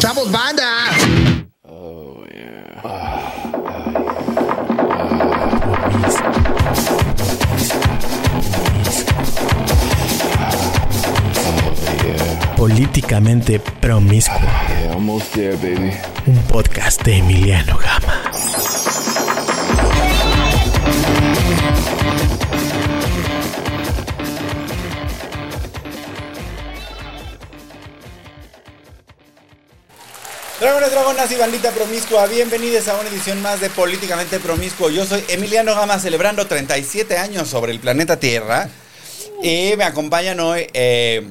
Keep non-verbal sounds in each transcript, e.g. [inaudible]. ¡Chavos, banda! Políticamente promiscuo. Yeah, almost there, baby. Un podcast de Emiliano Gama. Dragones, dragonas y bandita promiscua, bienvenidos a una edición más de Políticamente Promiscuo. Yo soy Emiliano Gama, celebrando 37 años sobre el planeta Tierra. Y me acompañan hoy, eh,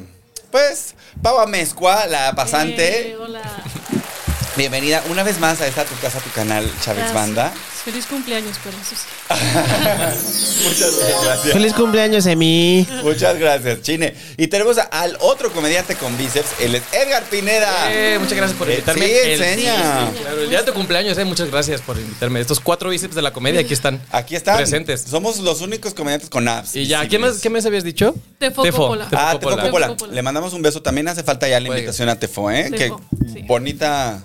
pues, Pau Amezcua, la pasante. Eh, hola. Bienvenida una vez más a esta tu casa, tu canal, Chávez Gracias. Banda. Feliz cumpleaños, pero eso sí. Muchas gracias. Feliz cumpleaños, Emi. Muchas gracias, Chine. Y tenemos al otro comediante con bíceps, él es Edgar Pineda. Eh, muchas gracias por Eh, invitarme. sí, El- enseña. Claro, el día de tu cumpleaños, eh, muchas gracias por invitarme. Estos cuatro bíceps de la comedia aquí están. Aquí están. Presentes. Somos los únicos comediantes con abs. Y ya, visibles. ¿qué más, ¿qué más habías dicho? Tefo Coppola. Tefo Ah, Tefo Coppola. Coppola. Tefo Coppola. Le mandamos un beso. También hace falta ya la Oiga. invitación a Tefo, ¿eh? Tefo, Qué sí. bonita,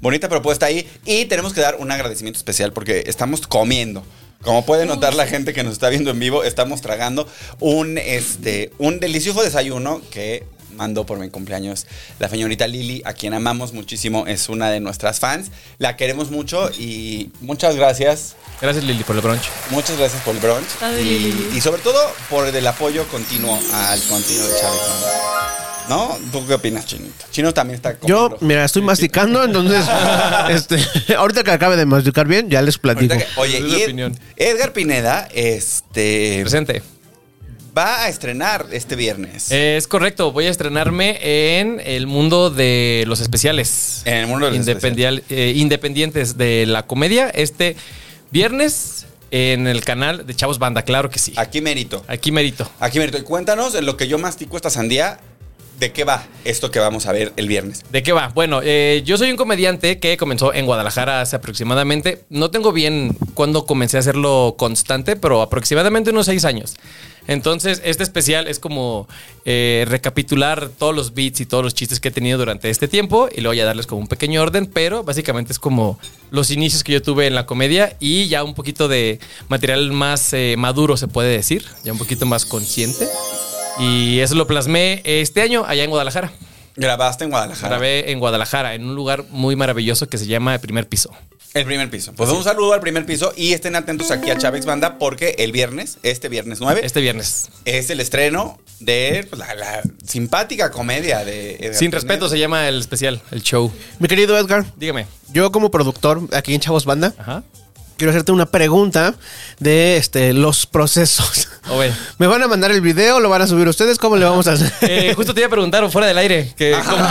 bonita propuesta ahí. Y tenemos que dar un agradecimiento especial porque estamos comiendo. Como puede notar la gente que nos está viendo en vivo, estamos tragando un, este, un delicioso desayuno que mandó por mi cumpleaños la señorita Lili, a quien amamos muchísimo, es una de nuestras fans. La queremos mucho y muchas gracias. Gracias, Lili, por el brunch. Muchas gracias por el brunch Ay, y, Lili. y sobre todo por el apoyo continuo al contenido de Chávez. ¿No? ¿Tú qué opinas, Chinito? Chino también está Yo, comiendo. mira, estoy masticando, entonces, este, [laughs] ahorita que acabe de masticar bien, ya les platico. Ahorita que- oye, Es la y Ed- opinión. Edgar Pineda este, Presente. va a estrenar este viernes Eh, es correcto, voy a estrenarme en el mundo de los especiales. en el mundo de los Independial- eh, independientes de la comedia. Este viernes en el canal de Chavos Banda, claro que sí. especiales. Aquí mérito. Aquí merito. Aquí mérito. Y cuéntanos en lo que yo mastico esta sandía, ¿de qué va esto que vamos a ver el viernes? ¿De qué va? Bueno, eh, yo soy un comediante que comenzó en Guadalajara hace aproximadamente, no tengo bien cuándo comencé a hacerlo constante, pero aproximadamente unos seis años. Entonces, este especial es como eh, recapitular todos los beats y todos los chistes que he tenido durante este tiempo y luego ya darles como un pequeño orden, pero básicamente es como los inicios que yo tuve en la comedia y ya un poquito de material más eh, maduro, se puede decir, ya un poquito más consciente. Y eso lo plasmé este año allá en Guadalajara. Grabaste en Guadalajara. Grabé en Guadalajara, en un lugar muy maravilloso que se llama El Primer Piso. El primer piso. Pues un saludo al primer piso y estén atentos aquí a Chávez Banda porque el viernes, este viernes 9, Este viernes. es el estreno de pues, la, la simpática comedia de Edgar Sin eh. Pineda. respeto se llama el especial, el show. Mi querido Edgar, Dígame. yo como productor aquí en Chavos Banda, Ajá. quiero hacerte una pregunta de este, los procesos. O ve. ¿Me van a mandar el video? ¿Lo van a subir ustedes? ¿Cómo le vamos a hacer? Eh, justo te iba a preguntar fuera del aire que cómo,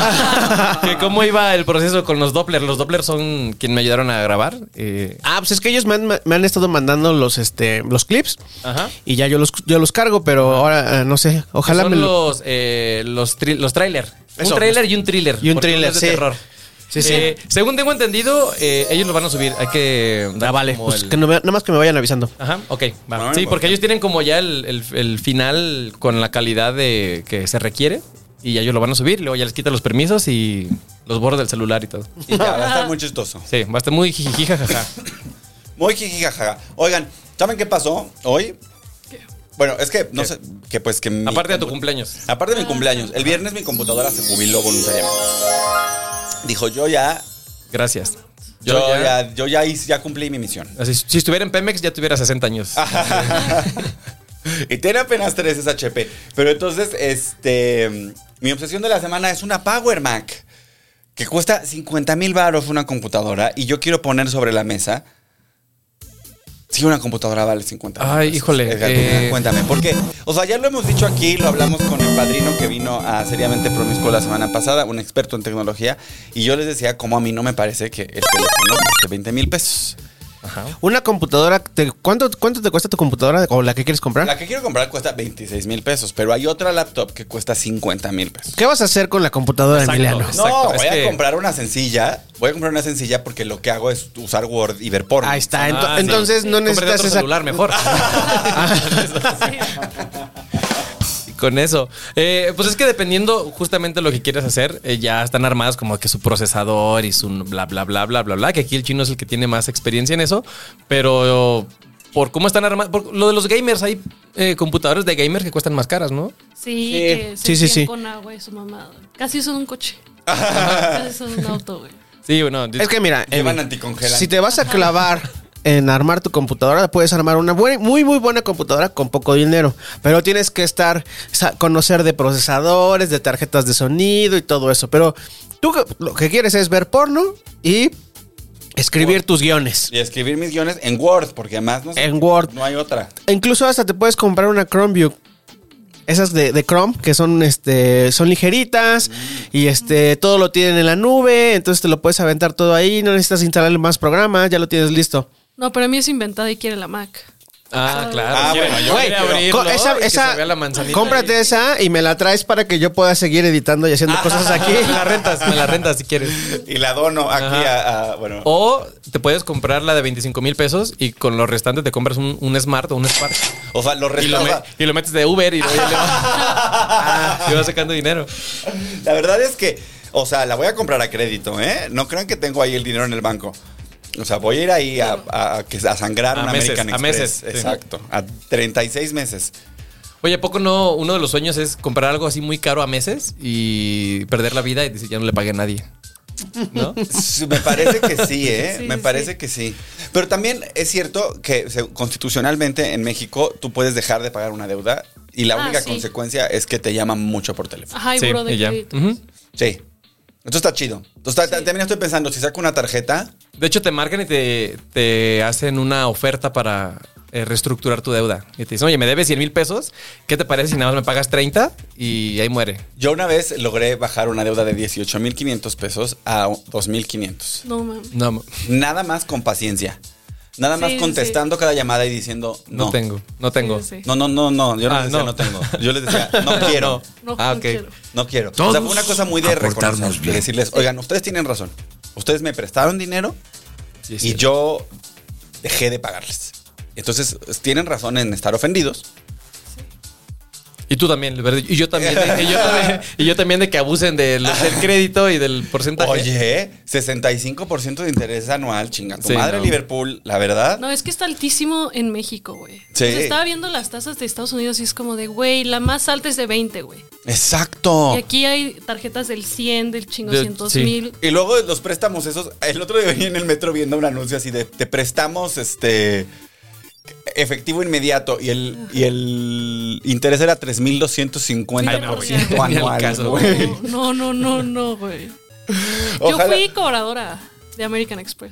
[laughs] que cómo iba el proceso con los Doppler. Los Doppler son quien me ayudaron a grabar. eh, [laughs] Ah, pues es que ellos me han, me han estado mandando los, este, los clips ajá. y ya yo los, yo los cargo, pero ahora eh, no sé. Ojalá son me lo. los, eh, los, tri- los trailer. Eso. un trailer y un thriller. Y un porque uno thriller, es de sí. terror. Sí, sí. Eh, según tengo entendido, eh, ellos lo van a subir. Hay que... Ah, vale, como pues el- que no me- nada más que me vayan avisando. Ajá, ok, va. Bueno, sí, porque- porque ellos tienen como ya el, el- el final con la calidad de que se requiere y ya ellos lo van a subir, luego ya les quita los permisos y los borra del celular y todo. Y ya, va a estar muy chistoso. Sí, va a estar muy jijijija, [laughs] jaja. Muy jijijajaja. Oigan, ¿saben qué pasó hoy? Bueno, es que no ¿Qué? sé, que pues que mi Aparte de tu compu- cumpleaños. Aparte de mi cumpleaños, el viernes mi computadora se jubiló voluntariamente. Dijo, "Yo ya Gracias. yo, ya, yo ya hice- ya cumplí mi misión." así, si estuviera en Pemex ya tuviera 60 años. [laughs] y tiene apenas tres SHP. Pero entonces, este. Mi obsesión de la semana es una Power Mac. Que cuesta 50 mil baros una computadora. Y yo quiero poner sobre la mesa. Si una computadora vale 50 mil Ay, pesos. híjole, Edgar, eh. Cuéntame, ¿por qué? O sea, ya lo hemos dicho aquí, lo hablamos con el padrino que vino a Seriamente Promiscuo la semana pasada, un experto en tecnología, y yo les decía cómo a mí no me parece que el teléfono cueste 20 mil pesos. Una computadora, te- ¿cuánto, ¿cuánto te cuesta tu computadora o la que quieres ¿Ah? comprar? La que quiero comprar cuesta 26 mil pesos, pero hay otra laptop que cuesta 50 mil pesos. ¿Qué vas a hacer con la computadora, Exacto. Emiliano? Exacto, No, es voy a que- comprar una sencilla. Voy a comprar una sencilla porque lo que hago es usar Word y ver porno. Ahí está. ento- Ah, sí. entonces no Cómprate necesitas otro esa. celular [laughs] mejor. Y Con eso. Eh, pues es que dependiendo justamente lo que quieras hacer, eh, ya están armadas como que su procesador y su bla, bla, bla, bla, bla, bla. Que aquí el chino es el que tiene más experiencia en eso. Pero por cómo están armadas. por Lo de los gamers, hay eh, computadores de gamers que cuestan más caras, ¿no? Sí, que se Sí, sí, fían sí. con agua y su mamada. Casi son [laughs] un coche. Casi son un auto, güey. Sí, bueno. Es que mira, Llevan Emi, anticongelante. si te vas a clavar en armar tu computadora, puedes armar una buena- muy, muy buena computadora con poco dinero. Pero tienes que estar, sa- conocer de procesadores, de tarjetas de sonido y todo eso. Pero tú que- lo que quieres es ver porno y escribir tus guiones. Y escribir mis guiones en Word, porque además no, sé, En Word. no hay otra. Incluso hasta te puedes comprar una Chromebook. Esas de, de Chrome, que son este. son ligeritas. Y este. Todo lo tienen en la nube. Entonces te lo puedes aventar todo ahí. No necesitas instalarle más programas. Ya lo tienes listo. No, pero a mí es inventada y quiere la Mac. Ah, claro. Ah, bueno, yo Güey, quiero abrirlo Co- esa- y que esa- se vea la manzanita cómprate ahí. esa y me la traes para que yo pueda seguir editando y haciendo cosas aquí. Me [laughs] la rentas, me la rentas si quieres. [laughs] Y la dono aquí a, a- Bueno. O te puedes comprar la de 25 mil pesos y con los restantes te compras un, un Smart o un Spark. O sea, lo Y lo, restaba. me- y lo metes de Uber y luego ya [laughs] le vas- le vas sacando dinero. La verdad es que, o sea, la voy a comprar a crédito, ¿eh? No crean que tengo ahí el dinero en el banco. O sea, voy a ir ahí a, a- a que- a sangrar A una meses, American a Express. meses, sí. Exacto. A 36 meses. Oye, ¿a poco no? Uno de los sueños es comprar algo así muy caro a meses y perder la vida y decir ya no le pagué a nadie. [laughs] ¿No? Sí, Me parece que sí, ¿eh? Sí, Me sí, parece sí. que sí. Pero también es cierto que se- constitucionalmente en México tú puedes dejar de pagar una deuda y la Ah, única sí. consecuencia es y te llaman mucho por teléfono. Ajá, y Sí, buró de y ya. crédito. Ujú. Sí. Entonces está chido. Entonces, ta- ta- También estoy pensando, si saco una tarjeta, De hecho, te marcan y te, te hacen una oferta para eh, reestructurar tu deuda. Y te dicen, oye, me debes 100 mil pesos. ¿Qué te parece si nada más me pagas 30 y ahí muere? yo una vez logré bajar una deuda de 18.500 pesos a 2.500. No, mames. No, no, Nada más con paciencia. Nada más Sí, sí, contestando cada llamada y diciendo no. tengo, no tengo. Sí, sí. No, no, no, no. Yo no Ah, les decía no. no. tengo. Yo les decía [laughs] no quiero. No, Ah, no ok. quiero. No quiero. o sea, Todos fue una cosa muy de a portarnos reconocer, de bien. decirles, oigan, ustedes tienen razón. Ustedes me prestaron dinero Sí, y sí. yo dejé de pagarles. Entonces, tienen razón en estar ofendidos. Y tú también, ¿verdad? Y yo también. de- y, [laughs] yo también y yo también de que abusen del, del crédito y del porcentaje. Oye, 65% de interés anual, chinga. Tu Sí, madre no. Liverpool, la verdad. No, es que está altísimo en México, güey. Sí. O sea, estaba viendo las tasas de Estados Unidos y es como de, güey, la más alta es de 20, güey. Exacto. Y aquí hay tarjetas del 100, del chingo De- 200 sí. mil. Y luego los préstamos esos. El otro día venía en el metro viendo un anuncio así de te prestamos este efectivo inmediato y el, y el interés era 3250 Ay, no, por güey. ciento Ni al anual, caso, güey. güey. No, no, no, no, güey. Yo Ojalá- fui cobradora de American Express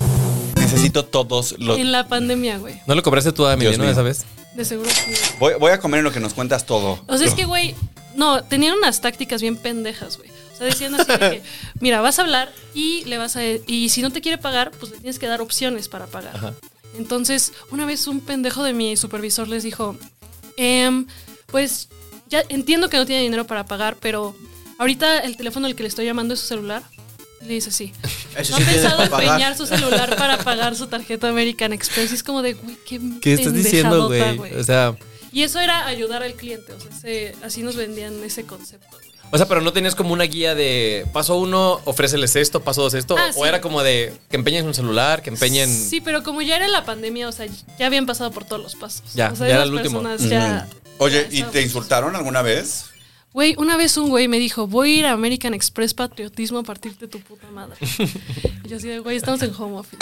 Necesito todos los en la pandemia, güey. No lo cobraste tú a Emilio, Dios ¿no? mío. Esa vez. De seguro. sí. voy, voy a comer en lo que nos cuentas todo. O sea, es que, güey, no, tenían unas tácticas bien pendejas, güey. O sea, decían así de [laughs] que, mira, vas a hablar y le vas a. Y si no te quiere pagar, pues le tienes que dar opciones para pagar. Entonces, una vez un pendejo de mi supervisor les dijo: em, Pues ya entiendo que no tiene dinero para pagar, pero ahorita el teléfono al que le estoy llamando es su celular. Y le dice sí. [laughs] Eso no sí ha tienes pensado para pagar. empeñar su celular para pagar su tarjeta American Express. Y es como de, güey, qué ¿Qué estás diciendo, pendejadota, güey? O sea, y eso era ayudar al cliente, o sea, ese- así nos vendían ese concepto. güey. o sea, pero no tenías como una guía de paso uno, ofréceles esto, paso dos esto. Ah, o sí. era como de que empeñen un celular, que empeñen. Sí, pero como ya era la pandemia, o sea, ya habían pasado por todos los pasos. Ya, o sea, ya era esas el último. personas ya- Oye, ya ¿y estaban- te insultaron alguna [laughs] vez? Güey, una vez un güey me dijo, voy a ir a American Express Patriotismo a partirte tu puta madre. y yo así de, güey, estamos en home office.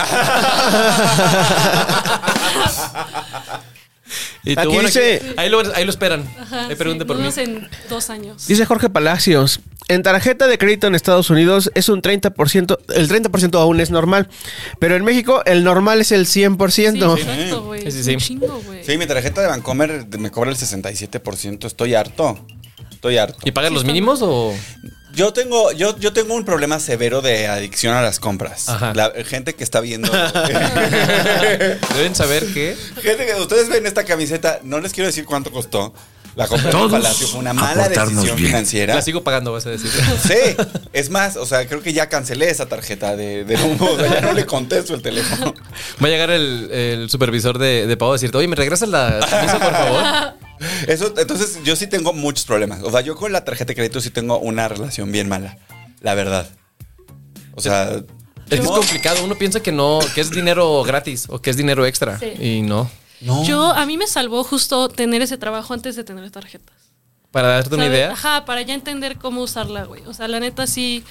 Y tú, Aquí bueno, dice- ahí, lo, ahí lo esperan. Ajá, ahí sí, pregunten por mí. nos vemos en dos años. Dice Jorge Palacios. En tarjeta de crédito en Estados Unidos es un 30%, el 30% aún es normal, pero en México el normal es el 100%. Sí, exacto, güey. Sí, sí, Es sí. un chingo, güey. Sí, mi tarjeta de Bancomer me cobra el 67%. Estoy harto. Estoy harto. [laughs] ¿Y pagas los mínimos o.? Yo tengo, yo, yo tengo un problema severo de adicción a las compras. Ajá. La gente que está viendo. [laughs] Deben saber que. gente que ustedes ven esta camiseta, no les quiero decir cuánto costó. La compra en el Todos Palacio fue una mala aportarnos decisión bien. financiera. La sigo pagando, vas a decir. Sí, es más, o sea, creo que ya cancelé esa tarjeta de, de humo, o sea, ya no le contesto el teléfono. Va a llegar el, el supervisor de, de Pavo a decirte, oye, ¿me regresas la camisa, por favor? Eso, entonces yo sí tengo muchos problemas. O sea, yo con la tarjeta de crédito sí tengo una relación bien mala, la verdad. O sea, Es que es no, complicado. Uno piensa que no, que es dinero gratis o que es dinero extra. Sí. Y no. no. Yo, a mí me salvó justo tener ese trabajo antes de tener tarjetas. Para darte una ¿Sabes? idea. Ajá, para ya entender cómo usarla, güey. O sea, la neta sí.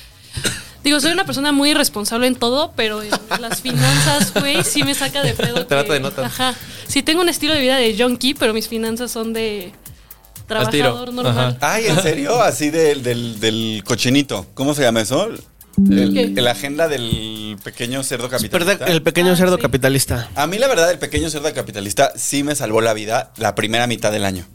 Digo, soy una persona muy irresponsable en todo, pero en las finanzas, güey, sí me saca de pedo. [laughs] Trata que- de no tanto. Ajá. Sí tengo un estilo de vida de junkie, pero mis finanzas son de trabajador Ajá. normal. Ay, ¿en serio? Así del, del, del cochinito. ¿Cómo se llama eso? El, ¿Qué? el agenda del pequeño cerdo Perdón, capitalista. el pequeño Ah, cerdo sí. capitalista. A mí la verdad, el pequeño cerdo capitalista sí me salvó la vida la primera mitad del año.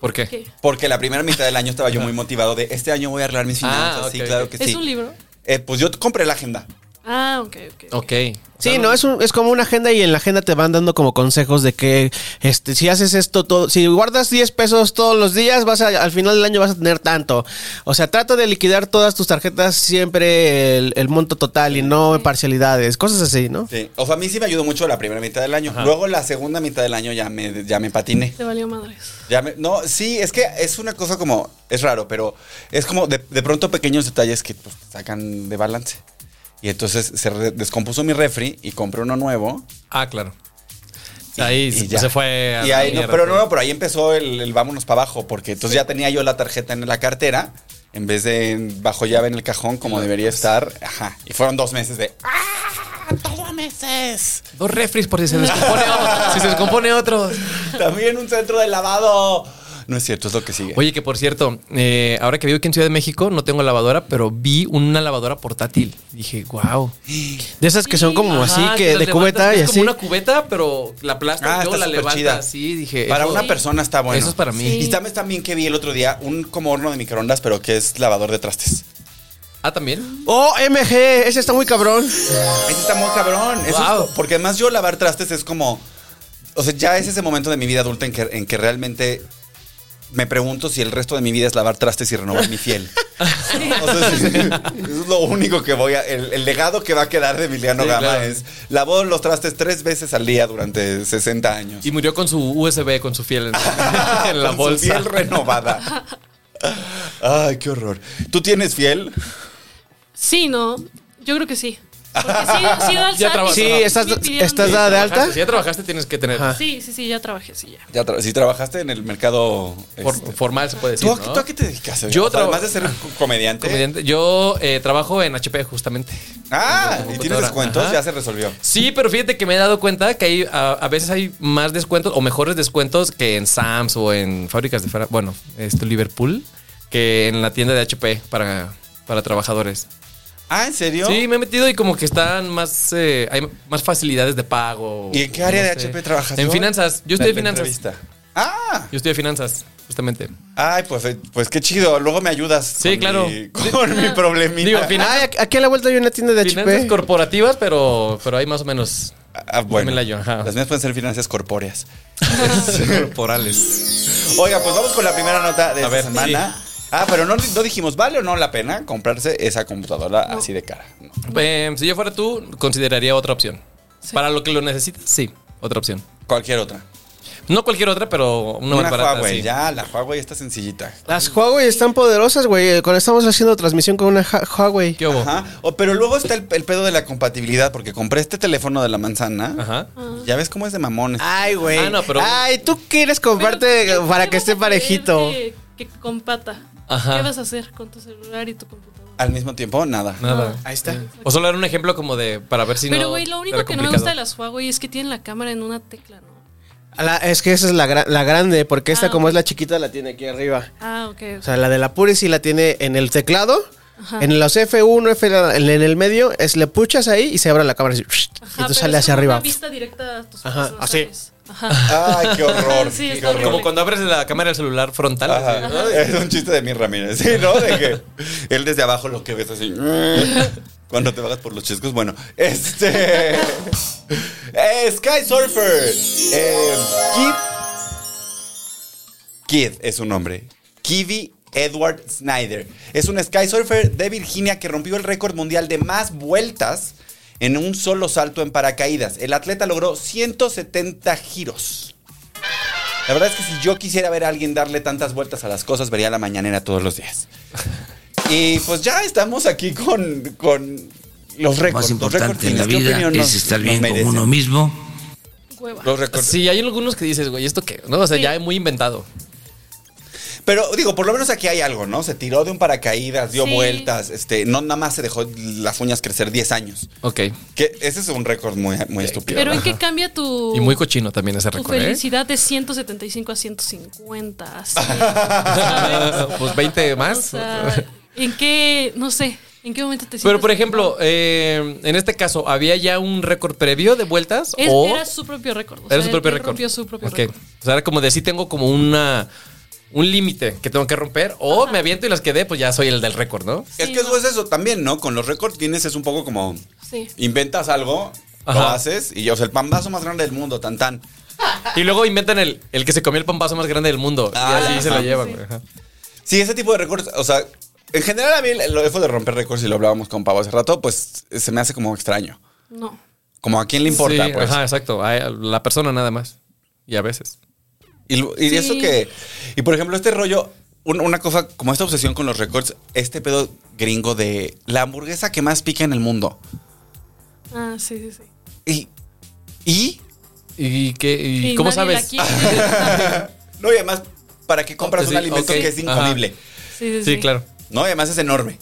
¿Por qué? ¿Qué? Porque la primera mitad del año estaba yo muy motivado de este año voy a arreglar mis finanzas. Ah, ok, Sí, claro ok. que ¿Es sí. un libro? Eh, pues yo compré la agenda. Ah, ok, ok. Ok. Sí, no, es, un- es como una agenda y en la agenda te van dando como consejos de que este, si haces esto todo, si guardas 10 pesos todos los días, vas a, al final del año vas a tener tanto. O sea, trata de liquidar todas tus tarjetas siempre el, el monto total y no parcialidades, cosas así, ¿no? Sí. O sea, a mí sí me ayudó mucho la primera mitad del año. Luego la segunda mitad del año ya me, ya me patiné. Te valió [laughs] madres. Ya me- no, sí, es que es una cosa como, es raro, pero es como de, de pronto pequeños detalles que pues, te sacan de balance. Y entonces se re- descompuso mi refri y compré uno nuevo. Ah, claro. Y- ahí y se- ya. se fue a Y la ahí, no, mierda, pero sí. no, pero ahí empezó el, el vámonos para abajo, porque entonces ya tenía yo la tarjeta en la cartera, en vez de en- bajo llave en el cajón, como debería pues. estar. Ajá. Y fueron dos meses de. ¡Ah! ¡Dos meses! [laughs] Dos refris por si se [laughs] descompone otro. si se descompone otro. También un centro de lavado. No es cierto, es lo que sigue. Oye, que por cierto, eh, ahora que vivo aquí en Ciudad de México, no tengo lavadora, pero vi una lavadora portátil. Dije, wow. De esas que son como así, que de cubeta y Es así. como una cubeta, pero la Ah, aplastas y está luego la súper levantas chida. así. Dije, para eso- una persona está bueno. Eso es para mí. Sí. Y también, también que vi el otro día un como horno de microondas, pero que es lavador de trastes. Ah, también. OMG, ese está muy cabrón. Ese está muy cabrón. Eso es Wow. co- porque además yo lavar trastes es como. O sea, ya es ese momento de mi vida adulta en que, en que realmente me pregunto si el resto de mi vida es lavar trastes y renovar mi [laughs] fiel. O sea, es, es lo único que voy a. El, el legado que va a quedar de Emiliano Sí, Gama claro. es. Lavó los trastes tres veces al día durante 60 años. Y murió con su USB, con su [laughs] fiel en, [laughs] en la Ah, Con su bolsa. fiel renovada. Ay, qué horror. ¿Tú tienes fiel? Sí, no. Yo creo que sí. Porque sí, sí, he [laughs] ido al SAT Ya y trabajas, sí Sí, Ajá. me estás, pidieron- estás dada de alta. Trabajaste, Si ya trabajaste, tienes que tener. Ajá. Sí, sí, sí, ya trabajé, sí, ya. Ya tra- si trabajaste en el mercado. for- este, formal, se puede decir. ¿Tú, a- ¿no? tú a qué te dedicas? Yo O sea, traba- además de ser co- comediante. Comediante. Yo eh, trabajo en HP, justamente. Ah, ¿y tienes Computadora. descuentos? Ajá. Ya se resolvió. Sí, pero fíjate que me he dado cuenta que hay, a, a veces hay más descuentos o mejores descuentos que en Sams o en fábricas de fuera- bueno, este Liverpool, que en la tienda de HP para, para trabajadores. Ah, ¿en serio? Sí, me he metido y como que están más, eh, hay más facilidades de pago. ¿Y en qué área No de sé. HP trabajas? En finanzas. Yo estoy La- en la finanzas. entrevista. Ah, Yo estoy de finanzas, justamente. ay, pues, eh, pues qué chido. Luego me ayudas. Sí, con claro. mi- [laughs] con mi problemita. Digo, fin- Ah, aquí a la vuelta hay una tienda de Finanzas HP. corporativas, pero, pero hay más o menos. [laughs] Ah, bueno. Dámela yo, ajá. Las mías pueden ser finanzas corpóreas. [laughs] corporales. Oiga, pues vamos con la primera nota de esta ver, semana. Ah, pero no, no dijimos, ¿vale o no la pena comprarse esa computadora así de cara? No. Em, si yo fuera tú, consideraría otra opción. Para lo que lo necesitas, sí, otra opción. Cualquier otra. No cualquier otra, pero una, Una más barata. Huawei, sí. ya, la Huawei está sencillita. Las Huawei están poderosas, güey. Cuando estamos haciendo transmisión con una Ja- Huawei. ¿Qué hubo? Ajá. Ajá. O- pero luego está el, el pedo de la compatibilidad, porque compré este teléfono de la manzana. Ah. y Ya ves cómo es de mamones. Ay, güey. Ah, no, pero- Ay, tú quieres comprarte Pero, ¿qué- para qué que vas esté a querer parejito. Que, que compata. Ajá. ¿Qué vas a hacer con tu celular y tu computadora? Al mismo tiempo, nada. Nada. Ahí está. O solo era un ejemplo como de para ver si no. Ah, Pero, güey, lo único era que no me complicado. gusta de las Huawei es que tienen la cámara en una tecla, ¿no? La- es que esa es la, gra- la grande, porque esta Ah. como es la chiquita la tiene aquí arriba. Ah, ok. O sea, la de la Puri sí la tiene en el teclado Ajá. En los F1, F, en el medio, es le puchas ahí y se abre la cámara así, y pero tú sale es hacia como arriba. Una vista directa a tus Ajá, ojos, no así. sabes. [laughs] Ajá. Ay, qué horror. Sí, qué está horror. horrible. Como cuando abres la cámara del celular frontal. Ajá. así, ¿no? Es un chiste de Mir Ramírez, ¿sí? ¿No? De que él desde abajo lo que ves así. [laughs] Cuando te bajas por los chescos. Bueno, este. [laughs] eh, Sky Surfer. eh, Kid. Kid es su nombre. Kiwi Edward Snyder. Es un Sky Surfer de Virginia que rompió el récord mundial de más vueltas en un solo salto en paracaídas. El atleta logró 170 giros. La verdad es que si yo quisiera ver a alguien darle tantas vueltas a las cosas, vería la mañanera todos los [laughs] días. Y pues ya estamos aquí con, con los Lo más récords. Los récords importante en la Guinness. ¿Qué vida opinión es nos- estar nos bien merecen? con uno mismo. Hueva. Los récords. Sí, hay algunos que dices, güey, ¿esto qué? No, o sea, Sí. ya es muy inventado. Pero digo, por lo menos aquí hay algo, ¿no? Se tiró de un paracaídas, dio Sí. vueltas, este, no nada más se dejó las uñas crecer 10 años. Ok. Que ese es un récord muy, muy estúpido. Pero ¿no? en qué cambia tu. Y muy cochino también ese Tu récord, ¿eh? felicidad de 175 a [laughs] 150. Así. [laughs] Pues 20 más. O sea, ¿En qué, no sé, en qué momento te sientes? Pero, por ejemplo, eh, en este caso, ¿había ya un récord previo de vueltas? Es- o era su propio récord. o era sea, su él- propio él récord. rompió su propio Ok. récord. O sea, era como de sí tengo como una un límite que tengo que romper. O me aviento y las quedé, pues ya soy el del récord, ¿no? es Sí, que no. eso es eso también, ¿no? Con los récords Guinness es un poco como Sí. inventas algo, lo Ajá. haces y o sea, el pambazo más grande del mundo, tan tan. Y luego inventan el, el que se comió el pampazo más grande del mundo. Ah, y así ajá. se lo llevan, Sí. güey. Ajá. Sí, ese tipo de récords, o sea, en general a mí lo eso de romper récords y lo hablábamos con Pavo hace rato, pues se me hace como extraño. No. Como a quién le importa, Sí, pues. Ajá, exacto. A la persona nada más. Y a veces. Y, lo- y Sí. eso que. Y por ejemplo, este rollo, un- una cosa, como esta obsesión con los récords, este pedo gringo de la hamburguesa que más pica en el mundo. Ah, sí, sí, sí. Y. ¿Y? ¿Y, qué, y Y cómo nadie la sabes? quiere. sí, No, y además, ¿para qué compras Sí, un alimento ok. que es Ajá. incomible? [laughs] sí, sí. Sí, claro. No, y además es enorme.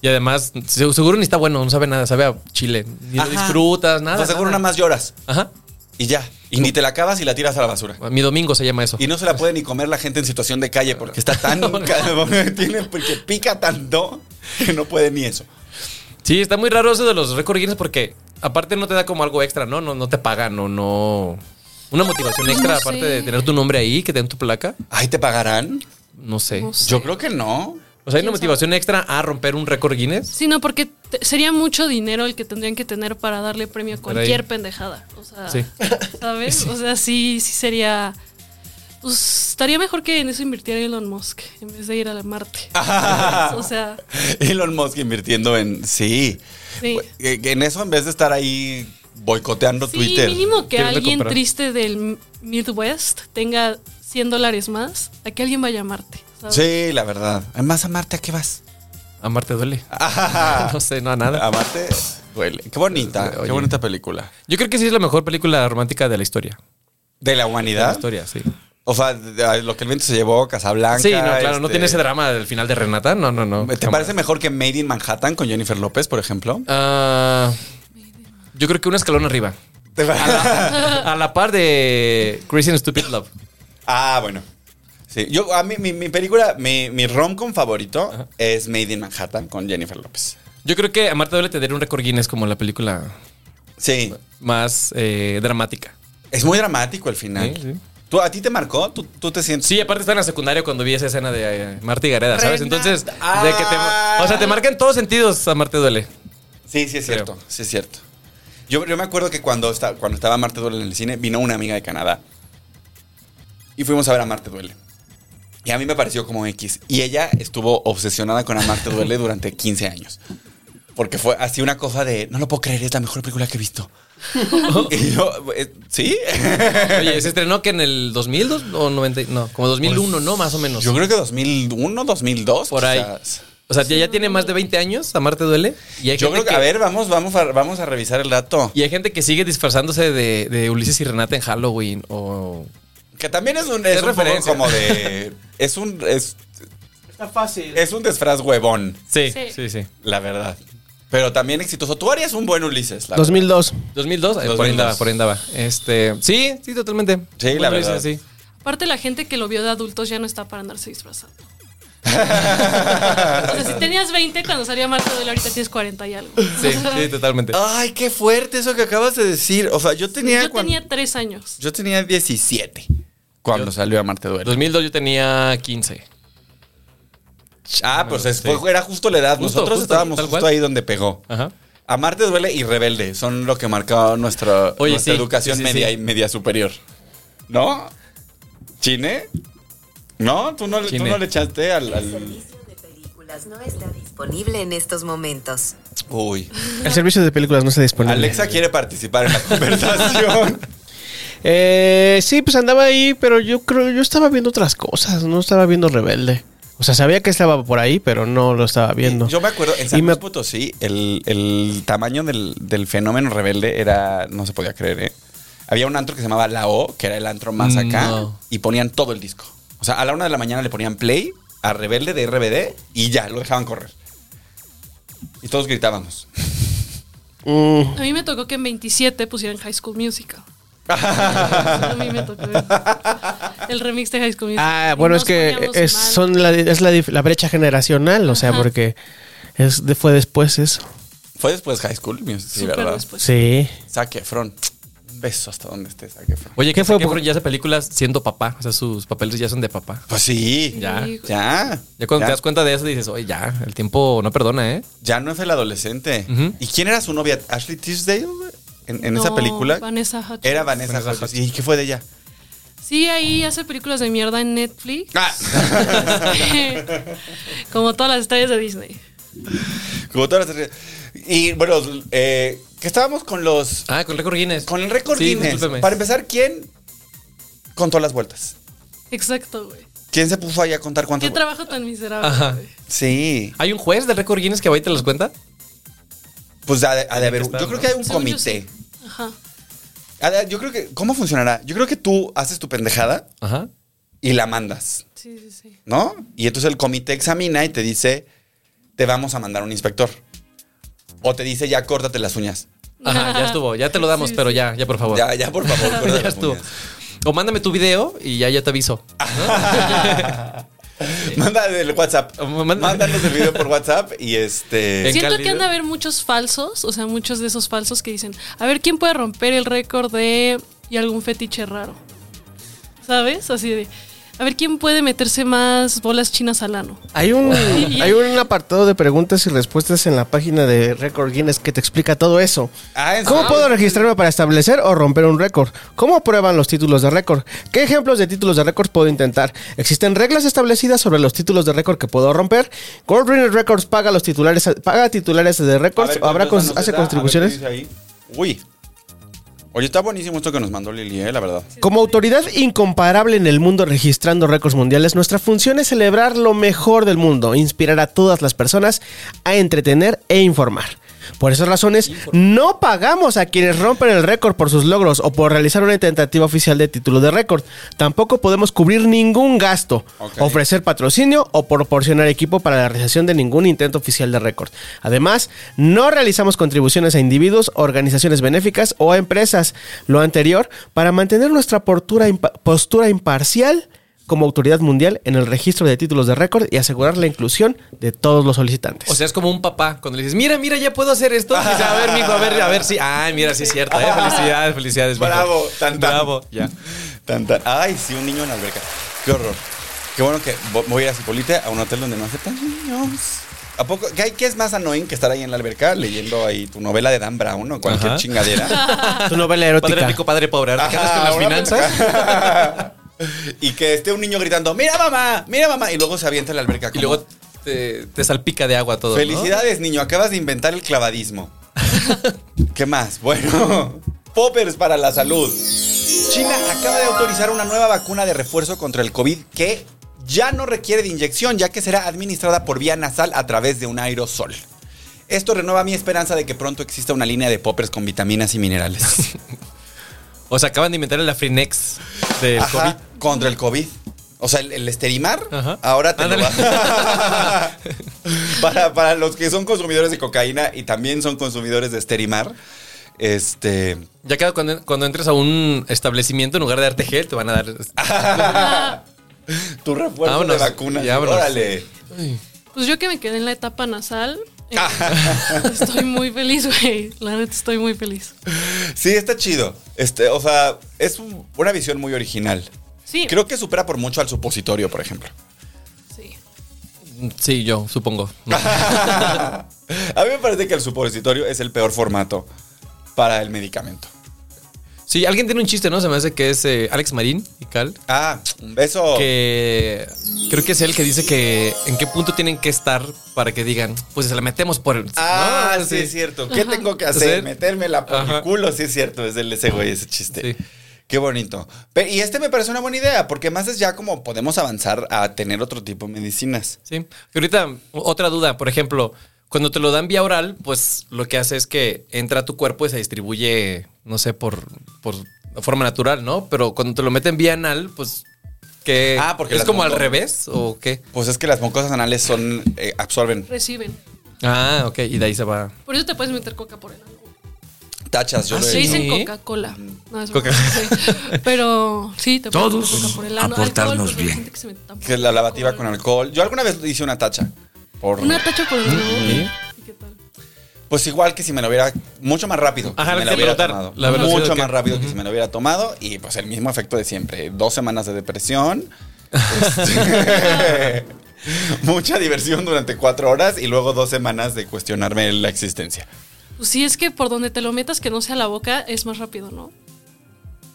Y además, se- seguro ni está bueno, no sabe nada, sabe a chile. Ni lo Ajá. disfrutas, nada. O sea, seguro nada. nada más lloras. Ah, Ajá. Y ya. Y ni te la acabas y la tiras a la basura. Mi domingo se llama eso. Y no se la puede ni comer la gente en situación de calle porque está tan. [laughs] tiene, porque pica tanto que no puede ni eso. Sí, está muy raro eso de los récord Guinness porque aparte no te da como algo extra, ¿no? No, no te pagan o no. Una motivación extra, No aparte sé. de tener tu nombre ahí, que te den tu placa. Ay, ¿te pagarán? No sé. No sé. Yo creo que no. O sea, hay una motivación extra a romper un récord Guinness. Sí, no, porque te- sería mucho dinero el que tendrían que tener para darle premio a Para cualquier ahí. pendejada. O sea, Sí. ¿sabes? O sea, sí, sí sería. Pues, estaría mejor que en eso invirtiera Elon Musk en vez de ir a la [laughs] Marte. o sea, [laughs] Elon Musk invirtiendo en. Sí. sí. Eh, En eso, en vez de estar ahí boicoteando Sí, Twitter. mínimo que Queriendo alguien comprar. triste del Midwest tenga 100 dólares más a que alguien vaya a Marte. ¿sabes? Sí, la verdad. Además, a Marte, ¿a qué vas? A Marte duele. A [laughs] No sé, no a nada. Marte duele. Qué bonita. Oye. Qué bonita película. Yo creo que sí es la mejor película romántica de la historia. De la De la humanidad. historia, sí. o sea, de- lo que el viento se llevó, Casablanca. sí, no, claro, este- no tiene ese drama del final de Renata. No, no, no. ¿Te parece mejor que Made in Manhattan con Jennifer López, por ejemplo? Ah, yo creo que un escalón arriba. ¿Te parece? A la par de Christian Stupid Love. [laughs] Ah, bueno. Sí, yo, a mí, mi, mi película, mi, mi rom-com favorito es Made in Manhattan con Jennifer López. Yo creo que a Marta duele tener un récord Guinness como la película Sí, más eh, dramática. es muy dramático el final. Sí, sí. ¿Tú, ¿A ti te marcó? ¿Tú, tú te sientes? Sí, aparte estaba en la secundaria cuando vi esa escena de eh, Marta y Gareda, ¿sabes? Renata. Entonces, de que te, o sea, te marca en todos sentidos a Marta duele. Sí, sí es Creo. cierto, sí es cierto. Yo, yo me acuerdo que cuando, esta- cuando estaba Marte Duele en el cine, vino una amiga de Canadá. Y fuimos a ver a Marte Duele. Y a mí me pareció como X. Y ella estuvo obsesionada con a Marte Duele durante 15 años. Porque fue así una cosa de, no lo puedo creer, es la mejor película que he [laughs] visto. y yo, eh, ¿sí? Oye, se estrenó que en el 2000 dos- o 90, no, como 2001, ¿no? Más o menos. Yo creo que 2001, 2002. por ahí. quizás. O sea, ya, ya tiene más de 20 años a Marta duele. Y hay Yo gente creo que, a ver, vamos, vamos, a, vamos a revisar el dato. Y hay gente que sigue disfrazándose de, de Ulises y Renata en Halloween o Que también es un, Es es un poco referencia. como de. Es un. Es, Está fácil. es un desfraz huevón, Sí, Sí. sí, sí. la verdad. Pero también exitoso. Tú harías un buen Ulises, la 2002. 2002, eh, por ahí 2002. andaba, por ahí andaba. Este, sí, sí, totalmente. Sí, la Bueno, verdad. sí, sí. Aparte, la gente que lo vio de adultos ya no está para andarse disfrazando. [laughs] O [laughs] sea, si tenías 20, cuando salía Marta Vela, ahorita tienes 40 y algo. [laughs] Sí, sí, [laughs] totalmente. Ay, qué fuerte eso que acabas de decir. O sea, yo tenía. Yo cuan- tenía 3 años. yo tenía 17 cuando salió a Marte Duelo. 2002 yo tenía 15. Ah, pues es- sí. fue- era justo la edad. Justo, Nosotros justo, estábamos tal justo cual. ahí donde pegó. Ajá. Amarte duele y rebelde son lo que marcaba nuestra, Oye, nuestra sí, educación sí, sí, media sí. y media superior. ¿No? ¿Chine? ¿No? ¿Tú no, le- tú Chine. no le echaste al, El al- servicio de películas no está disponible en estos momentos. Uy. El servicio de películas no está disponible. Alexa quiere participar en la [laughs] conversación. Eh, sí, pues andaba ahí, pero yo creo, yo estaba viendo otras cosas, no estaba viendo Rebelde. O sea, sabía que estaba por ahí, pero no lo estaba viendo. Yo me acuerdo, en San Y me- Luis Potosí, el, el tamaño del, del fenómeno rebelde era. No se podía creer, ¿eh? Había un antro que se llamaba La O, que era el antro más acá, Mm, No. y ponían todo el disco. O sea, a la una de la mañana le ponían play a Rebelde de RBD y ya, lo dejaban correr. Y todos gritábamos. Mm. A mí me tocó que en 27 pusieran High [laughs] School Musical. A mí me tocó el remix de High School Musical. Ah, Y bueno, nos es que poníamos es, mal. son la, es la, dif- la brecha generacional, o sea, Ajá. porque es, de- fue después eso. Fue después High School Music, sí, Súper ¿verdad? después. Sí. Saque Efron. Un beso hasta donde estés, Zac Efron. Oye, ¿Qué ¿qué fue fue? por- ya hace películas siendo papá. O sea, sus papeles ya son de papá. Pues sí, Sí, ya. Ya. güey. Ya. Ya cuando te das cuenta de eso dices, oye, ya, el tiempo no perdona, ¿eh? Ya no es el adolescente. Ujú. ¿Y quién era su novia? ¿Ashley Tisdale? En, en esa No, película. Vanessa Hudgens. Era Vanessa, Vanessa Hudgens. ¿Y qué fue de ella? Sí, ahí hace películas de mierda [laughs] en Netflix. Ah. Como todas las estrellas de Disney. Como todas las- Y bueno, eh, que estábamos con los. Ah, con récord Guinness. Con el récord Sí, Guinness. discúlpeme. Para empezar, ¿quién contó las vueltas? Exacto, güey. ¿Quién se puso ahí a contar Qué cuántas vueltas? trabajo tan miserable. Ajá. güey. Sí. ¿Hay un juez del récord Guinness que va y te las cuenta? Pues ha de, ha de haber. que un- estar, Yo creo ¿no? que hay un Según yo, comité. sí. Ajá. Ha de- Yo creo que. ¿Cómo funcionará? Yo creo que tú haces tu pendejada Ajá. y la mandas. Sí, sí, sí. ¿no? Y entonces el comité examina y te dice, te vamos a mandar un inspector. O te dice, ya córtate las uñas. Ajá, ya estuvo, ya te lo [laughs] damos, Sí, pero sí. ya, ya por favor. Ya, ya, por favor, [laughs] Ya córtate las estuvo. uñas. O mándame tu video y ya, ya te aviso. Ah, [laughs] Manda el WhatsApp. Manda- Mándanos el video por WhatsApp y este... En Siento Cali, que han de ¿no? haber muchos falsos, o sea, muchos de esos falsos que dicen, a ver, ¿quién puede romper el récord de... y algún fetiche raro? ¿Sabes? Así de, a ver, ¿quién puede meterse más bolas chinas al ano? Hay [laughs] un, Y- hay un apartado de preguntas y respuestas en la página de Record Guinness que te explica todo eso. Ah, ¿en ¿Cómo serio? puedo registrarme para establecer o romper un récord? ¿Cómo prueban los títulos de récord? ¿Qué ejemplos de títulos de récord puedo intentar? ¿Existen reglas establecidas sobre los títulos de récord que puedo romper? ¿Gold Runner Records paga los titulares paga titulares de A récords ver, o habrá ¿cuántos cons- danos hace está? A ver, ¿qué contribuciones? dice ahí? Uy. Oye, está buenísimo esto que nos mandó Lili, eh, la verdad. Como autoridad incomparable en el mundo registrando récords mundiales, nuestra función es celebrar lo mejor del mundo, inspirar a todas las personas a entretener e informar. Por esas razones, no pagamos a quienes rompen el récord por sus logros o por realizar una tentativa oficial de título de récord. Tampoco podemos cubrir ningún gasto, Ok. ofrecer patrocinio o proporcionar equipo para la realización de ningún intento oficial de récord. Además, no realizamos contribuciones a individuos, organizaciones benéficas o a empresas. Lo anterior para mantener nuestra postura, impa- postura imparcial como autoridad mundial en el registro de títulos de récord y asegurar la inclusión de todos los solicitantes. O sea, es como un papá cuando le dices, mira, mira, ya puedo hacer esto. Y dice, a ver, mijo, a ver, a ver si. Ay, mira, sí es cierto, ¿eh? Felicidades, felicidades. mijo. Bravo, tan, tan. Bravo, ya. Tan, tan. Ay, sí, un niño en la alberca. Qué horror. Qué bueno que vo- voy a ir a Cipolite a un hotel donde no aceptan niños. ¿A poco? ¿Qué, hay- qué es más annoying que estar ahí en la alberca leyendo ahí tu novela de Dan Brown o cualquier Ajá. [laughs] chingadera? Ah, tu novela Padre erótica. rico, padre pobre. ¿Ahora te quedas Ajá, con las ahora me finanzas? toca. [laughs] y que esté un niño gritando, mira mamá, mira mamá, y luego se avienta en la alberca. Y como, luego te, te salpica de agua todo. ¿no? Felicidades, niño, acabas de inventar el clavadismo. [laughs] ¿Qué más? Bueno, [laughs] poppers para la salud. China acaba de autorizar una nueva vacuna de refuerzo contra el COVID que ya no requiere de inyección, ya que será administrada por vía nasal a través de un aerosol. Esto renueva mi esperanza de que pronto exista una línea de poppers con vitaminas y minerales. [laughs] O sea, acaban de inventar el Afrinex del Ajá, Contra el COVID. O sea, el, el esterimar, Ajá. ahora te lo Ándale. [laughs] va- para, para los que son consumidores de cocaína y también son consumidores de esterimar, este. COVID. Ya queda cuando, cuando entres a un establecimiento, en lugar de darte gel, te van a dar. Ah, Tu refuerzo Vámonos, de vacunas. ya vámonos. Órale. Pues yo que me quedé en la etapa nasal. eh, estoy muy feliz, güey. La neta, estoy muy feliz. Sí, está chido. Este, o sea, es un- una visión muy original. Sí. Creo que supera por mucho al supositorio, por ejemplo. Sí. Sí, yo supongo. No. A mí me parece que el supositorio es el peor formato para el medicamento. Sí, alguien tiene un chiste, ¿no? Se me hace que es eh, Alex Marín y Cal. Ah, un beso. Que creo que es él que dice que en qué punto tienen que estar para que digan, pues se la metemos por el. Ah, ¿no? sí, es cierto. ¿Qué tengo que hacer? Hacer. Metérmela por Ajá. el culo, sí es cierto. Es el ese güey, ese chiste. Sí. Qué bonito. Pe- y este me parece una buena idea, porque más es ya como podemos avanzar a tener otro tipo de medicinas. Sí. Y ahorita, otra duda, por ejemplo, cuando te lo dan vía oral, pues lo que hace es que entra a tu cuerpo y se distribuye, no sé, por, por forma natural, ¿no? Pero cuando te lo meten vía anal, pues que Ah, porque es las como al moco- revés o qué. Pues es que las mucosas anales son. eh, absorben. Reciben. Ah, ok, y de ahí se va. Por eso te puedes meter coca por el ano. Tachas, yo Ah, lo he Se sí. hecho. dicen Coca-Cola. No, es Coca- broma, sí. Pero sí, te puedes meter coca por el ano. a portarnos Alcohol, pues, hay bien. gente Que se mete tampoco. Que es la lavativa con alcohol. Yo alguna vez hice una tacha. Por, Una tacha por el ano. ¿Y qué tal? Pues igual que si me lo hubiera. Mucho más rápido. que Ajá, si me le lo quería hubiera preguntar, tomado. la velocidad mucho que- más rápido que si me lo hubiera tomado. Y pues el mismo efecto de siempre. Dos semanas de depresión. Este, [laughs] mucha diversión durante cuatro horas y luego dos semanas de cuestionarme la existencia. Pues sí, es que por donde te lo metas que no sea la boca es más rápido, ¿no?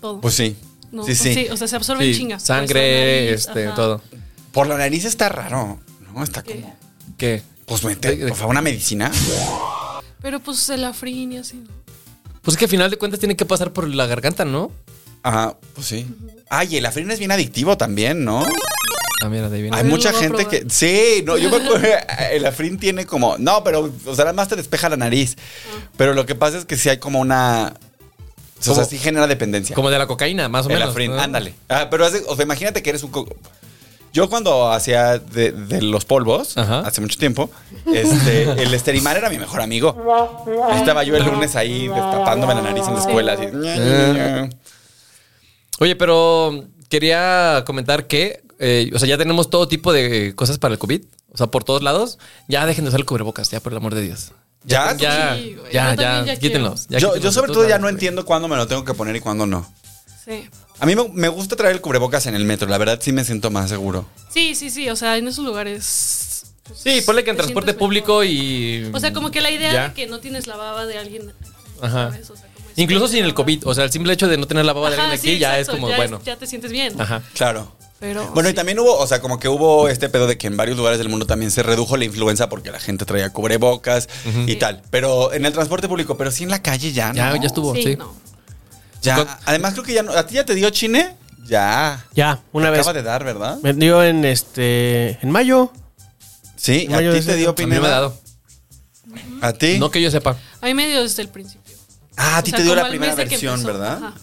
Todo. Pues sí. No, sí, sí. O sea, se absorbe en Sí, chinga. sangre, Pues, la nariz, este, ajá. todo. Por la nariz está raro. No, está como. ¿Qué? Pues mete, por favor, una medicina. Pero pues el afrín y así. ¿no? Pues es que al final de cuentas tiene que pasar por la garganta, ¿no? Ajá, pues sí. Ay, el afrin es bien adictivo también, ¿no? Ah, mira, de ahí viene. Hay ver, mucha lo voy a gente probar. que. Sí, no, yo me acuerdo. que El afrin tiene como. No, pero. O sea, nada más te despeja la nariz. Pero lo que pasa es que sí hay como una. O sea, Como- sí genera dependencia. Como de la cocaína, más o el menos. afrin, ¿no? ándale. Ah, pero hace- o sea, imagínate que eres un. co- Yo cuando hacía de, de los polvos, Ajá. hace mucho tiempo, [laughs] este, el esterimal era mi mejor amigo. Ahí Estaba yo el lunes ahí destapándome la nariz en la escuela. así. Eh. Oye, pero quería comentar que, eh, o sea, ya tenemos todo tipo de cosas para el COVID. O sea, por todos lados. Ya dejen de usar el cubrebocas, ya, por el amor de Dios. ¿Ya? Ya, Ah, Sí, güey, ya, yo también ya, ya quítenlos. ya yo, quítenlos yo de sobre todos todo ya lados, no güey. entiendo cuándo me lo tengo que poner y cuándo no. Sí. A mí me, me gusta traer el cubrebocas en el metro, la verdad sí me siento más seguro. Sí, sí, sí. O sea, en esos lugares. pues, Sí, ponle que en te transporte sientes público mejor. y. O sea, como que la idea Ya. de que no tienes la baba de alguien. Ajá. ¿sabes? O sea, como es- Incluso sin el COVID. O sea, el simple hecho de no tener la baba de Ajá, alguien aquí sí, ya exacto, es como, ya bueno. Ya te sientes bien. Ajá. Claro. Pero. Bueno, y sí. también hubo, o sea, como que hubo este pedo de que en varios lugares del mundo también se redujo la influenza porque la gente traía cubrebocas y tal. Pero en el transporte público, pero sí en la calle ya, ¿no? Ya, ya estuvo, sí. Sí, no. Ya. Además, creo que ya no. ¿A ti ya te dio chine? Ya. Ya, una vez. Acaba de dar, ¿verdad? Me dio en este. en mayo. Sí, a Mayo ti de te dio A mí me Pineda? ha dado. ¿A ti? No que yo sepa. A mí me dio desde el principio. ah, a ti O sea, te dio como la al primera mes de que versión, empezó, ¿verdad? ajá.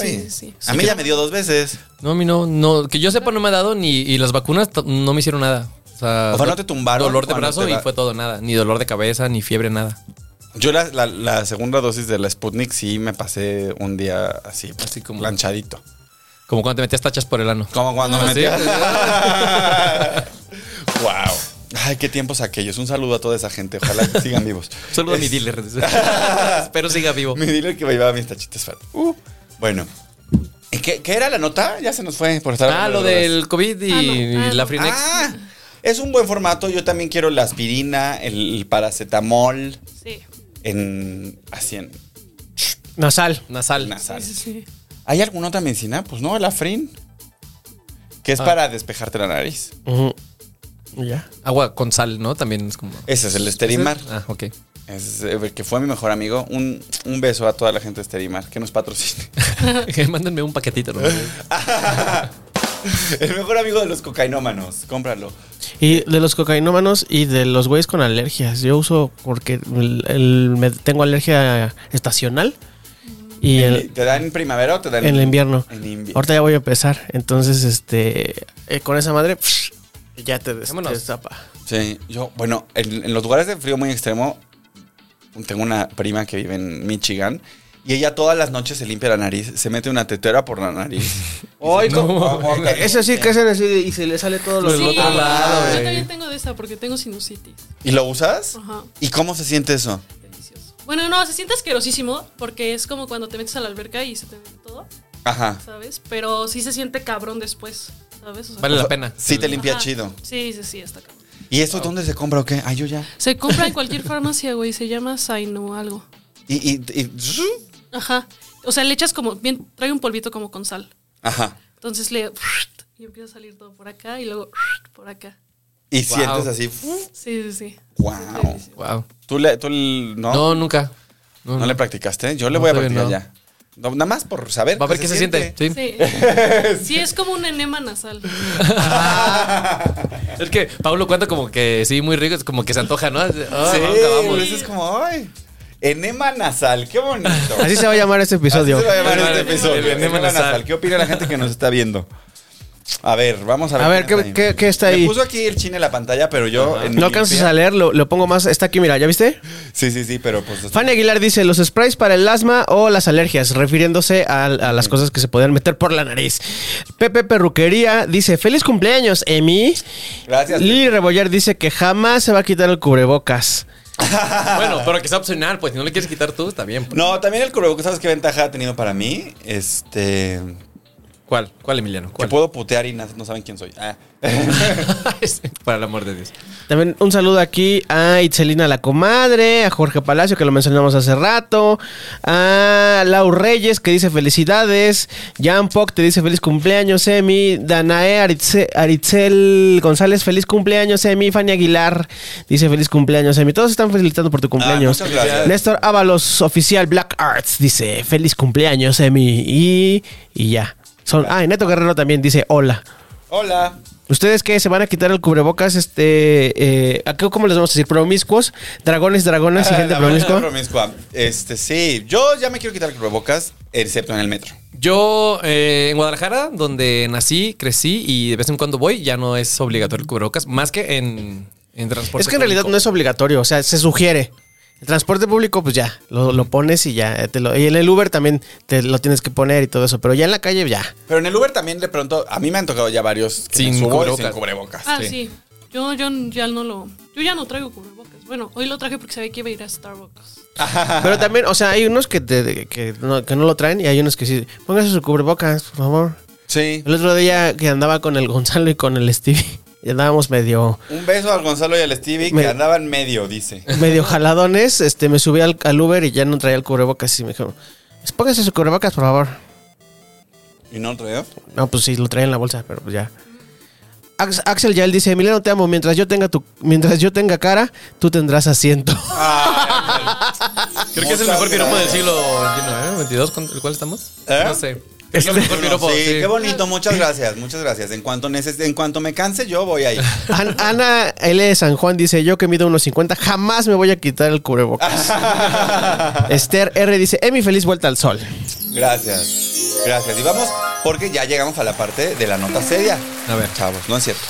Ay. Sí, sí, sí. A mí ya me dio dos veces. No, a mí no, no. Que yo sepa, no me ha dado ni. Y las vacunas t- no me hicieron nada. O sea, O sea, do- ¿no te tumbaron Dolor de cuando brazo te y va- fue todo, nada. Ni dolor de cabeza, ni fiebre, nada. Yo la, la- la segunda dosis de la Sputnik sí me pasé un día así, Así así como- como planchadito. Como cuando te metías tachas por el ano. Como cuando me metí. Ah, ¿sí? [laughs] wow. Ay, qué tiempos aquellos. Un saludo a toda esa gente. Ojalá que sigan vivos. [laughs] Saludo a mi Es- dealer. Espero siga vivo. Mi dealer que me llevaba mis tachitas fat. Uh, bueno. ¿Y ¿Qué, qué era la nota? Ya se nos fue por estar Ah, hablando lo de drogas. del COVID y, Ah, no. Ah, y la no. Frinex. Ah, es un buen formato. Yo también quiero la aspirina, el paracetamol, Sí. en. Así en Nasal. Nasal. nasal. Sí, sí. ¿Hay alguna otra medicina? Pues no, el afrin. Que es para despejarte la nariz. Ujú. Y Ya. Agua con sal, ¿no? También es como. Ese es el esterimar. Ah, ok. [laughs] Es, eh, que fue mi mejor amigo. Un, un beso a toda la gente de Esterimar que nos patrocine. [laughs] Mándenme un paquetito. ¿no? el mejor amigo de los cocainómanos. Cómpralo. Y de los cocainómanos y de los güeyes con alergias. Yo uso porque el- el- me- tengo alergia estacional y En- el- ¿Te dan en primavera o te dan en el invierno. En invierno. Ahorita ya voy a empezar. Entonces, este, eh, con esa madre, psh, ya te des- Vámonos. te destapa. Sí, yo, bueno, en, en los lugares de frío muy extremo, tengo una prima que vive en Michigan Y ella todas las noches se limpia la nariz, se mete una tetera por la nariz. Eh, Ay, No. como- Eso sí que hacen así de- y se le sale todo lo Del Sí, otro lado, yo güey. también tengo de esa porque tengo sinusitis. ¿Y lo usas? Ajá. ¿Y cómo se siente eso? Delicioso. Bueno, no, se siente asquerosísimo porque es como cuando te metes a la alberca y se te mete todo, Ajá. ¿sabes? Pero sí se siente cabrón después, ¿sabes? O sea, Vale la pena. Sí te limpia ajá. chido. Sí, sí, sí, está cabrón. ¿Y eso dónde se compra o qué? Ay, yo ya. Se compra en cualquier farmacia, güey, se llama Saino algo. Y, y, y- Ajá. O sea, le echas como, bien, trae un polvito como con sal. Ajá. Entonces le... Y empieza a salir todo por acá y luego por acá. Y Wow. sientes así. Sí, sí, sí. Wow. Wow. ¿Tú, le, tú l- no, no, No, nunca. No, no. le practicaste? Yo le No, voy a todavía practicar no. ya. No, nada más por saber. Va a ver qué se siente. Sí. [laughs] Sí. Sí, es como un enema nasal. Es que Pablo cuenta como que sí, muy rico, es como que se antoja, ¿no? Ah, Sí, nunca vamos. pues es como, ay. Enema nasal, qué bonito. Así se va a llamar este episodio. Así se va a llamar Enema- este episodio. enema Enema nasal. nasal. ¿Qué opina la gente que nos está viendo? A ver, vamos a ver. A ver, quién ¿qué- qué- qué está ahí? Me puso aquí el chin en la pantalla, pero yo. en mi No alcanzas limpia- a leer, lo, lo pongo más. Está aquí, mira, ¿ya viste? Sí, sí, sí, pero pues. Fanny Aguilar dice: los sprays para el asma o las alergias, refiriéndose a, a las cosas que se podían meter por la nariz. Pepe Perruquería dice: Feliz cumpleaños, Emi. Gracias. Lili Rebollar dice que jamás se va a quitar el cubrebocas. [laughs] Bueno, pero que sea opcional, pues si no le quieres quitar tú, está bien. pues". No, también el cubrebocas, ¿sabes qué ventaja ha tenido para mí? Este. ¿Cuál? ¿Cuál, Emiliano? Que [laughs] ¿Cuál? puedo putear y na- no saben quién soy. Ah. Para el amor de Dios. También un saludo aquí a Itzelina la comadre, a Jorge Palacio que lo mencionamos hace rato, a Lau Reyes que dice felicidades, Jan Poc te dice feliz cumpleaños, Emi, Danae Aritze- Aritzel González, feliz cumpleaños, Emi, Fanny Aguilar dice feliz cumpleaños, Emi, todos están felicitando por tu cumpleaños. Ah, muchas gracias. Néstor Ábalos, oficial Black Arts, dice feliz cumpleaños, Emi, y, y ya. Son, ah, y Neto Guerrero también dice hola. Hola. ¿Ustedes qué? ¿Se van a quitar el cubrebocas? Este, eh, ¿a qué- ¿Cómo les vamos a decir? ¿Promiscuos? ¿Dragones, dragonas y gente Ah, La verdad, promiscua? promiscua. Este, sí. Yo ya me quiero quitar el cubrebocas, excepto en el metro. Yo eh, en Guadalajara, donde nací, crecí y de vez en cuando voy, ya no es obligatorio el cubrebocas, más que en, en transporte. Es que en realidad no es obligatorio, o sea, se sugiere. El transporte público, pues ya, lo, lo pones y ya. eh, te lo- y en el Uber también te lo tienes que poner y todo eso, pero ya en la calle ya. Pero en el Uber también de pronto, a mí me han tocado ya varios que Sin me subo y cubrebocas. sin cubrebocas. Ah, sí. Yo, yo ya no lo. Yo ya no traigo cubrebocas. Bueno, hoy lo traje porque sabía que iba a ir a Starbucks. Pero también, o sea, hay unos que, te- que, no, que no lo traen y hay unos que sí. Póngase su cubrebocas, por favor. Sí. El otro día que andaba con el Gonzalo y con el Stevie, [laughs] y andábamos medio... Un beso al Gonzalo y al Stevie Me- que andaban medio, dice. medio jaladones, este, me subí al, al Uber y ya no traía el cubrebocas y me dijeron, póngase su cubrebocas, por favor. ¿Y no traído? No, pues sí, lo traía en la bolsa, pero pues ya. Ax- Axel Yael dice, Emiliano, te amo, mientras yo tenga tu, mientras yo tenga cara, tú tendrás asiento. [laughs] Creo que es el mejor piropo del siglo XXI, ¿eh? 22, ¿con el cual estamos? ¿Eh? No sé. Es el mejor piropo, sí, sí. qué bonito, muchas gracias, muchas gracias. En cuanto, neces en cuanto me canse, yo voy [laughs] ahí. An- Ana L. de San Juan dice, yo que mido unos 50, jamás me voy a quitar el [laughs] cubrebocas. Esther R. dice, Emi, feliz vuelta al sol. Gracias, gracias. Y vamos, porque ya llegamos a la parte de la nota seria. A ver. Chavos, no es cierto.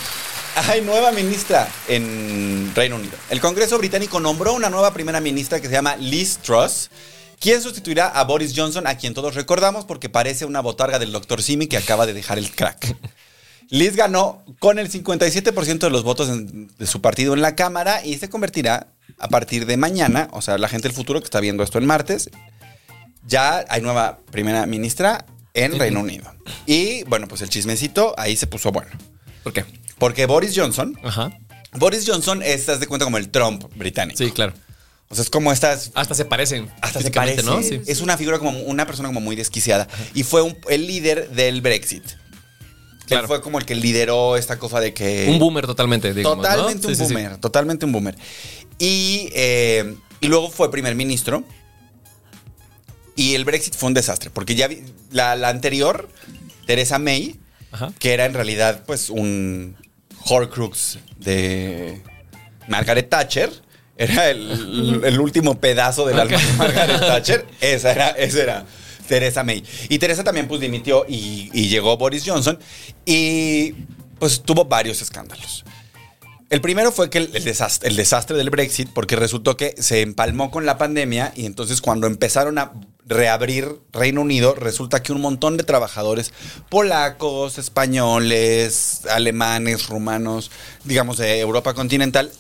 Hay nueva ministra en Reino Unido. El Congreso británico nombró una nueva primera ministra que se llama Liz Truss, quien sustituirá a Boris Johnson, a quien todos recordamos porque parece una botarga del Dr. Simi que acaba de dejar el crack. Liz ganó con el 57% de los votos en- de su partido en la Cámara y se convertirá a partir de mañana, o sea, la gente del futuro que está viendo esto en martes, ya hay nueva primera ministra en Reino Unido. Y bueno, pues el chismecito ahí se puso bueno. ¿Por qué? Porque Boris Johnson, Ajá. Boris Johnson es, haz de cuenta, como el Trump británico. Sí, claro. O sea, es como estas... Hasta se parecen. Hasta se físicamente, parece, ¿no? Sí. Es una figura como una persona como muy desquiciada. Y fue un- el líder del Brexit. Claro. Él fue como el que lideró esta cosa de que... Un boomer totalmente, digamos, ¿no? Totalmente un Sí, sí, sí. boomer, totalmente un boomer. Y, eh, y luego fue primer ministro. Y el Brexit fue un desastre, porque ya vi- la, la anterior, Teresa May, Ajá. que era en realidad pues un horcrux de Margaret Thatcher, era [laughs] el, el último pedazo del alma de Margaret Thatcher, esa era, esa era Teresa May. Y Teresa también pues dimitió y, y llegó Boris Johnson y pues tuvo varios escándalos. El primero fue que el, el desastre, el desastre del Brexit, porque resultó que se empalmó con la pandemia y entonces cuando empezaron a reabrir Reino Unido, resulta que un montón de trabajadores polacos, españoles, alemanes, rumanos, digamos de Europa continental,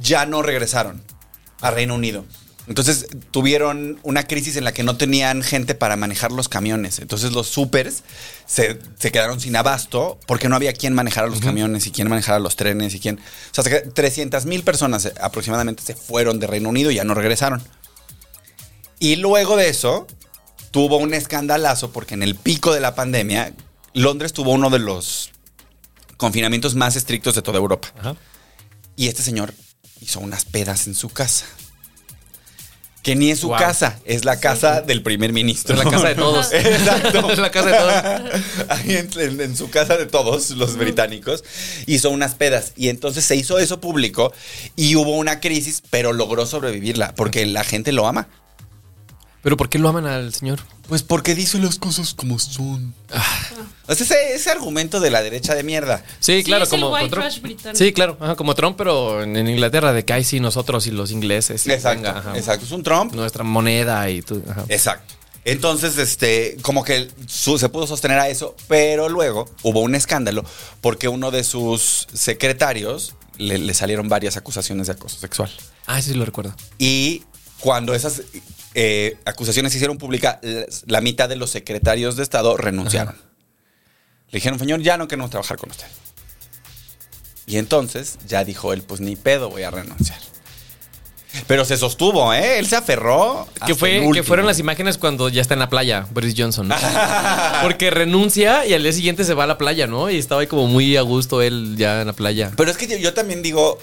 ya no regresaron a Reino Unido. Entonces tuvieron una crisis en la que no tenían gente para manejar los camiones. Entonces los supers se, se quedaron sin abasto porque no había quien manejara los camiones y quien manejara los trenes y quien... O sea, 300 mil personas eh, aproximadamente se fueron de Reino Unido y ya no regresaron. Y luego de eso, tuvo un escandalazo porque en el pico de la pandemia, Londres tuvo uno de los confinamientos más estrictos de toda Europa. Ajá. Y este señor hizo unas pedas en su casa. Que ni es su Wow. casa, es la casa del primer ministro. Es Pues la [laughs] casa de todos. [laughs] Exacto. Es la casa de todos. Ahí en, en- en su casa de todos los británicos. Hizo unas pedas. Y entonces se hizo eso público y hubo una crisis, pero logró sobrevivirla porque la gente lo ama. Pero ¿por qué lo aman al señor? Pues porque dice las cosas como son. O sea, Ah. ese, ese argumento de la derecha de mierda. Sí, Sí, claro, es el como, white como Trump. trash británico. Sí, claro, ajá, como Trump, pero en, en Inglaterra, de que hay sí nosotros y los ingleses. y Exacto, venga, ajá. exacto. Eh. Es un Trump. Nuestra moneda y tú. ajá. Exacto. Entonces, este, como que su- se pudo sostener a eso, pero luego hubo un escándalo porque uno de sus secretarios le, le salieron varias acusaciones de acoso sexual. Ah, sí, lo recuerdo. Y cuando esas eh, acusaciones se hicieron públicas, las- la mitad de los secretarios de Estado renunciaron. Le dijeron, señor, ya no queremos trabajar con usted. Y entonces ya dijo él, pues ni pedo voy a renunciar. Pero se sostuvo, ¿eh? Él se aferró. Que, hasta el fue, que último. fueron las imágenes cuando ya está en la playa, Boris Johnson. [laughs] ¿no? Porque renuncia y al día siguiente se va a la playa, ¿no? Y estaba ahí como muy a gusto él ya en la playa. Pero es que yo, yo también digo,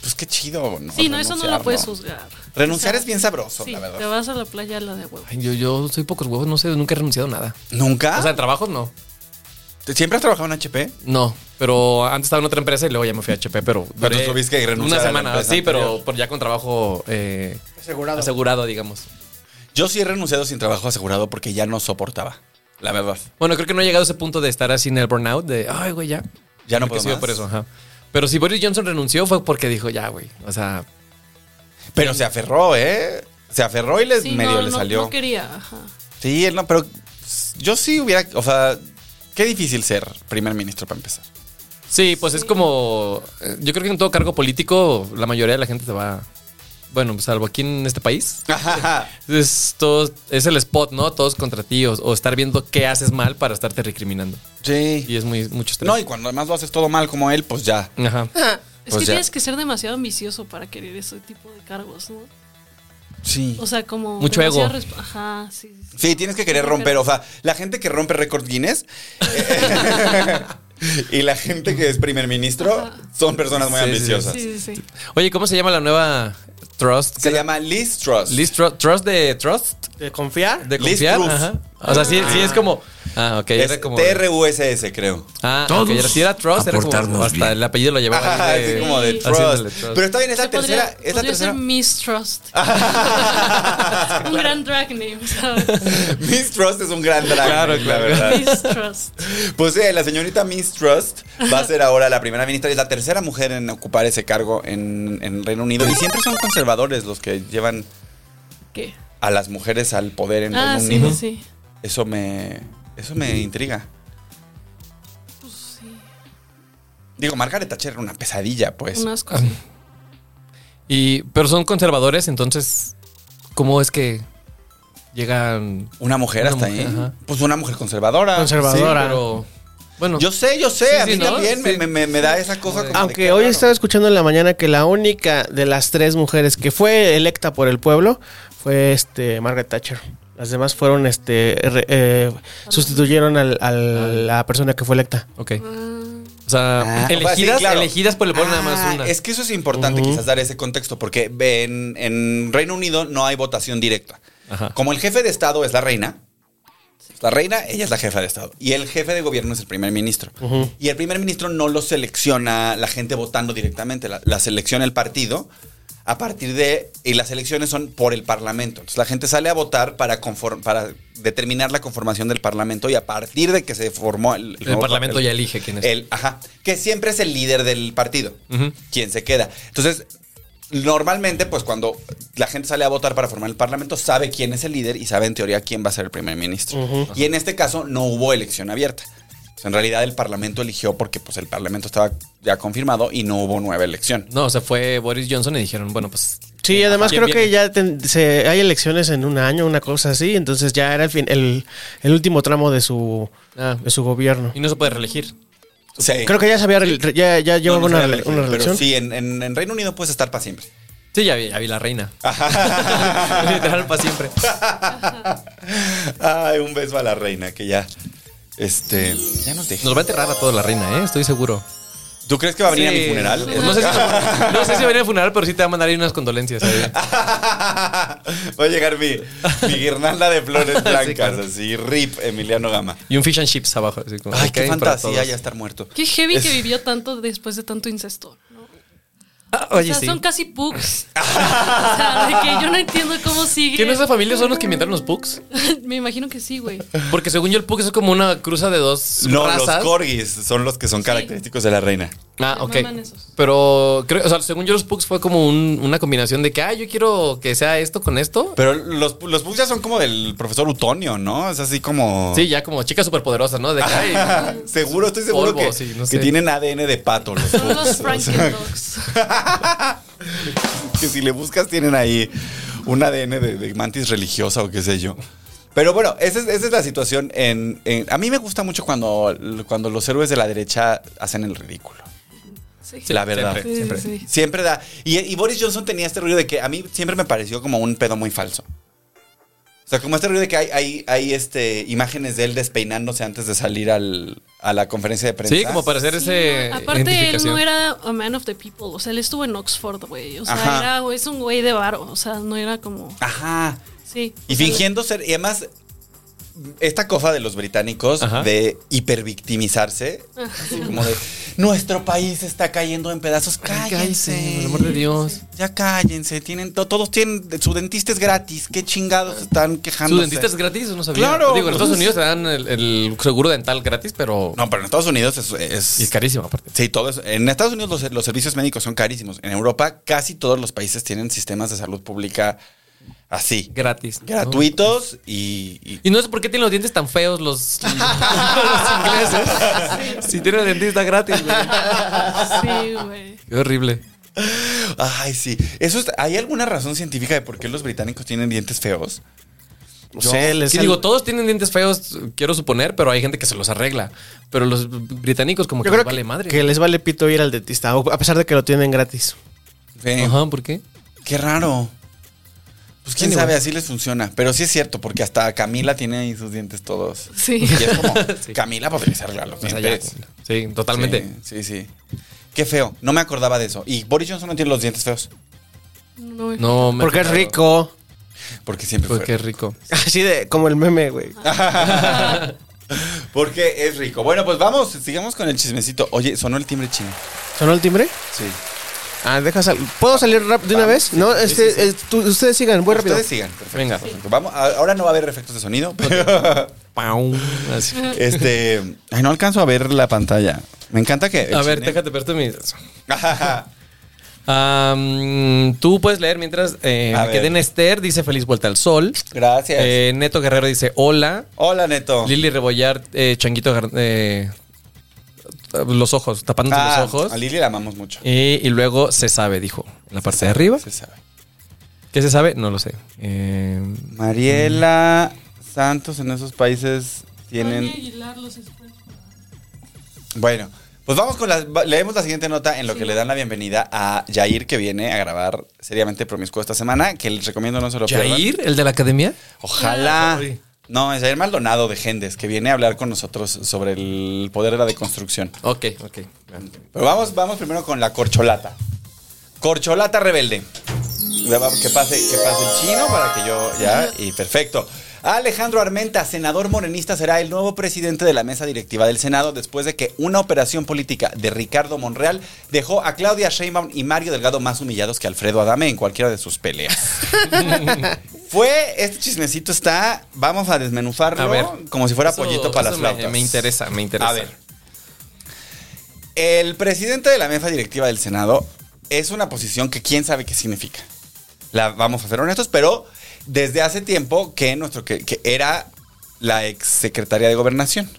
pues qué chido, ¿no? Sí, no, eso no Renunciar, lo puedes juzgar. Renunciar O sea, es bien sabroso, sí, la Te verdad. vas a la playa a la de huevo. Ay, Yo, yo soy pocos huevos, no sé, nunca he renunciado a nada. ¿Nunca? O sea, en trabajos no. ¿Siempre has trabajado en HP? No, pero antes estaba en otra empresa y luego ya me fui a HP, pero. Pero duré tuviste que renunciar Una a la semana, empresa sí, pero anterior. por ya con trabajo eh, asegurado. digamos. Yo sí he renunciado sin trabajo asegurado porque ya no soportaba, la verdad. Bueno, creo que no he llegado a ese punto de estar así en el burnout, de, ay, güey, ya. Ya no Creo que puedo ha sido más. por eso, ajá. Pero si Boris Johnson renunció fue porque dijo, ya, güey. O sea, Pero se aferró, ¿eh? Se aferró y les Sí, medio no, le no- salió. no quería. ajá. sí, él no, pero yo sí hubiera, o sea, qué difícil ser primer ministro para empezar. sí, pues es como. eh, Yo creo que en todo cargo político, la mayoría de la gente te va. Bueno, salvo aquí en este país. Es, todo- es el spot, ¿no? Todos contra ti o, o estar viendo qué haces mal para estarte recriminando. [laughs] sí. Y es muy mucho estrés. No, y cuando además lo haces todo mal como él, pues ya. Ajá. Es Pues que ya. tienes que ser demasiado ambicioso para querer ese tipo de cargos, ¿no? Sí. O sea, como. Mucho demasiado ego. resp- Ajá, sí. sí, sí. Sí, tienes que querer romper, o sea, la gente que rompe récord Guinness eh, [laughs] y la gente que es primer ministro son personas muy Sí, sí, ambiciosas. Sí, sí, sí. Oye, ¿cómo se llama la nueva Trust? Se llama Liz Truss. Liz Tru- Trust de Trust? ¿De confiar? De Liz confiar. Truss. Ajá. O sea, sí, sí es como. Ah, ok. Es Era como. T-R-U-S-S, creo. Ah, Todos ok, era- sí era Trust, era como. aportarnos Hasta bien. el apellido lo llevaba. Ajá, ahí así de- como de Sí. haciéndole trust. trust. Pero está bien, es O sea, la tercera. podría, Es la podría ser tercera. [laughs] mistrust. Un gran drag name, ¿sabes? [laughs] Miss Trust es un gran drag. Claro, la claro. verdad. mistrust. Pues sí, la señorita Miss Trust va a ser ahora la primera ministra y es la tercera mujer en ocupar ese cargo en, en Reino Unido. Y siempre son conservadores los que llevan ¿Qué? a las mujeres al poder en Ah, Reino sí, Unido. sí. Eso me. Eso me intriga. Pues sí. Digo, Margaret Thatcher era una pesadilla, pues. Unas cosas. Y, pero son conservadores, entonces. ¿Cómo es que llegan. Una mujer Una hasta mujer, ahí. ajá. Pues una mujer conservadora. Conservadora. Pero. Bueno. Yo sé, yo sé. Sí, a sí, mí ¿no? también me- Sí. me, me- me da esa cosa como de Aunque que, hoy raro. estaba escuchando en la mañana que la única de las tres mujeres que fue electa por el pueblo fue este Margaret Thatcher. Las demás fueron este re- eh, sustituyeron al- al- a la persona que fue electa. Ok. O sea, Ah, elegidas, sí, claro. elegidas por el pueblo nada Ah, más una. Es que eso es importante, quizás dar ese contexto, porque en, en Reino Unido no hay votación directa. Ajá. Como el jefe de Estado es la reina, la reina, ella es la jefa de Estado. Y el jefe de gobierno es el primer ministro. Y el primer ministro no lo selecciona la gente votando directamente, la, la selecciona el partido. A partir de. Y las elecciones son por el Parlamento. Entonces la gente sale a votar para, conform- para determinar la conformación del Parlamento y a partir de que se formó el. El Parlamento ya elige quién es. El, ajá. Que siempre es el líder del partido. Ujú. Quien se queda. Entonces, Normalmente, pues cuando la gente sale a votar para formar el parlamento, sabe quién es el líder y sabe en teoría quién va a ser el primer ministro. Y en este caso no hubo elección abierta. O sea, en realidad el parlamento eligió porque pues el parlamento estaba ya confirmado y no hubo nueva elección. No, o sea, fue Boris Johnson y dijeron, bueno, pues. Sí, además ¿quién creo que viene? ya ten- se, hay elecciones en un año, una cosa así, entonces ya era el, fin- el, el último tramo de su, Ah. de su gobierno. Y no se puede reelegir. Sí. Creo que ya se había, re- ya, ya No, llevaba no una, sabía la rela- elección, una pero relación. sí, en, en- en Reino Unido puedes estar para siempre. Sí, ya vi, ya vi la reina. [laughs] Literal Literal para siempre. Ay, un beso a la reina que ya. Este. Ya nos dejó. Nos va a enterrar a toda la reina, ¿eh? Estoy seguro. ¿Tú crees que va a venir a mi Sí. funeral? No sé, si, no sé si va a venir al funeral, pero sí te va a mandar ahí unas condolencias. ahí. [laughs] Va a llegar mi, mi guirnalda de flores blancas, claro. así, rip, Emiliano Gama. Y un fish and chips abajo. así como, Ay, ok, qué para fantasía todos. ya estar muerto. Qué heavy Es- que vivió tanto después de tanto incesto. ¿no? Ah, O oye, sea, sí. son [laughs] casi pugs. o sea, de que yo no entiendo cómo sigue. ¿Que nuestra familia son los que inventaron los pugs? [laughs] Me imagino que [laughs] sí, güey. Porque según yo, el pug es como una cruza de dos No, razas. los corgis son los que son característicos de la reina. Ah, Les ok. maman esos. Pero creo, o sea, según yo, los pugs fue como un- una combinación de que, ah, yo quiero que sea esto con esto. Pero los, los bugs ya son como del profesor Utonio, ¿no? Es así como. Sí, ya como chicas superpoderosas, ¿no? De que, ay, [laughs] seguro, estoy seguro Polvo, que, sí, no que sé. tienen ADN de pato los Son bugs. los [laughs] O sea, Franken Dogs. que si le buscas tienen ahí un ADN de, de mantis religiosa o qué sé yo. Pero bueno, esa es, esa es la situación. En, en- a mí me gusta mucho cuando, cuando los héroes de la derecha hacen el ridículo. Sí. la verdad. siempre, Sí, siempre. sí, sí. Siempre da. Y, y Boris Johnson tenía este ruido de que a mí siempre me pareció como un pedo muy falso. O sea, como este ruido de que hay, hay, hay, este, imágenes de él despeinándose antes de salir al- a la conferencia de prensa. Sí, como para hacer Sí, ese. no, Aparte, él identificación. no era a man of the people. O sea, él estuvo en Oxford, güey. O sea, Ajá. era, es un güey de varo. O sea, no era como. Ajá. Sí. Y O sea, fingiendo ser. Y además, esta cosa de los británicos Ajá. de hipervictimizarse. así como de. Nuestro país está cayendo en pedazos. Ay, Cállense. cállense, por el amor de Dios. Ya cállense. Tienen, to- todos tienen. Su dentista es gratis. ¿Qué chingados están quejando? ¿Su dentista es gratis o no sabía? Claro. Digo, en Estados Unidos te dan el, el seguro dental gratis, pero. No, pero en Estados Unidos es. es- Y es carísimo, aparte. Sí, todo eso. En Estados Unidos los, los servicios médicos son carísimos. En Europa casi todos los países tienen sistemas de salud pública así. Gratis. ¿no? gratuitos y, y- Y no sé por qué tienen los dientes tan feos los, [laughs] los ingleses. Si tienen dentista gratis, güey. [laughs] Sí, güey. Qué horrible. Ay, sí. Eso es- ¿Hay alguna razón científica de por qué los británicos tienen dientes feos? No sé, les Sí, digo, todos tienen dientes feos, quiero suponer, pero hay gente que se los arregla. Pero los británicos como yo que creo les vale que, madre. que les vale pito ir al dentista, o- a pesar de que lo tienen gratis. Sí. Ajá, ¿por qué? Qué raro. Pues quién Anyway. sabe, así les funciona. Pero sí es cierto, porque hasta Camila tiene ahí sus dientes todos. Sí. Y es como, Sí. Camila podría arreglar los O sea, dientes. ya- sí, totalmente. Sí, sí, sí. Qué feo. No me acordaba de eso. Y Boris Johnson no tiene los dientes feos. No, güey. No, me- Porque es rico. Porque siempre fue. Porque es rico. [laughs] Así de como el meme, güey. Porque es rico. Bueno, pues vamos, sigamos con el chismecito. Oye, sonó el timbre chino. ¿Sonó el timbre? Sí. Ah, deja sal- ¿Puedo salir rap- de una Vamos. vez? No, Sí, este, sí, sí. eh, tú- ustedes sigan, voy rápido. Ustedes sigan. Perfecto. Venga. perfecto. Vamos, a- ahora no va a haber efectos de sonido. Pau. Así. este. Ay, no alcanzo a ver la pantalla. Me encanta que. el A ver, cine- déjate, presto mis... Ajá. Am, Tú puedes leer mientras eh, A me ver. quedé en Esther, dice feliz vuelta al sol. Gracias. Oh. Eh, Neto Guerrero dice hola. [laughs] Hola, Neto. Lili Rebollar, eh, Changuito Gar- eh, los ojos, tapándose Ah, los ojos. A Lili la amamos mucho. Y, y luego se sabe, dijo, en la parte de arriba. Se sabe. ¿Qué se sabe? No lo sé. Eh, Mariela Santos en esos países Tony tienen. Aguilar, los esfuerzos. Bueno, pues vamos con la. va- Leemos la siguiente nota en lo que le dan la bienvenida a Jair, que viene a grabar seriamente promiscuo esta semana, que les recomiendo no se lo pierdan. ¿Jair, el de la academia? Ojalá. Ay. No, es Jair Maldonado de Gendes, que viene a hablar con nosotros sobre el poder de la deconstrucción. Ok, ok. Pero vamos, vamos primero con la corcholata. Corcholata rebelde. Ya va- Que pase, que pase el chino para que yo ya. Y perfecto. Alejandro Armenta, senador morenista, será el nuevo presidente de la mesa directiva del Senado después de que una operación política de Ricardo Monreal dejó a Claudia Sheinbaum y Mario Delgado más humillados que Alfredo Adame en cualquiera de sus [laughs] peleas. Fue, este chismecito está, vamos a desmenuzarlo A ver. como si fuera Eso- pollito para las eso me- flautas. me interesa, me interesa. A ver, el presidente de la mesa directiva del Senado es una posición que quién sabe qué significa. La vamos a ser honestos, pero desde hace tiempo que nuestro que, que era la ex secretaria de gobernación.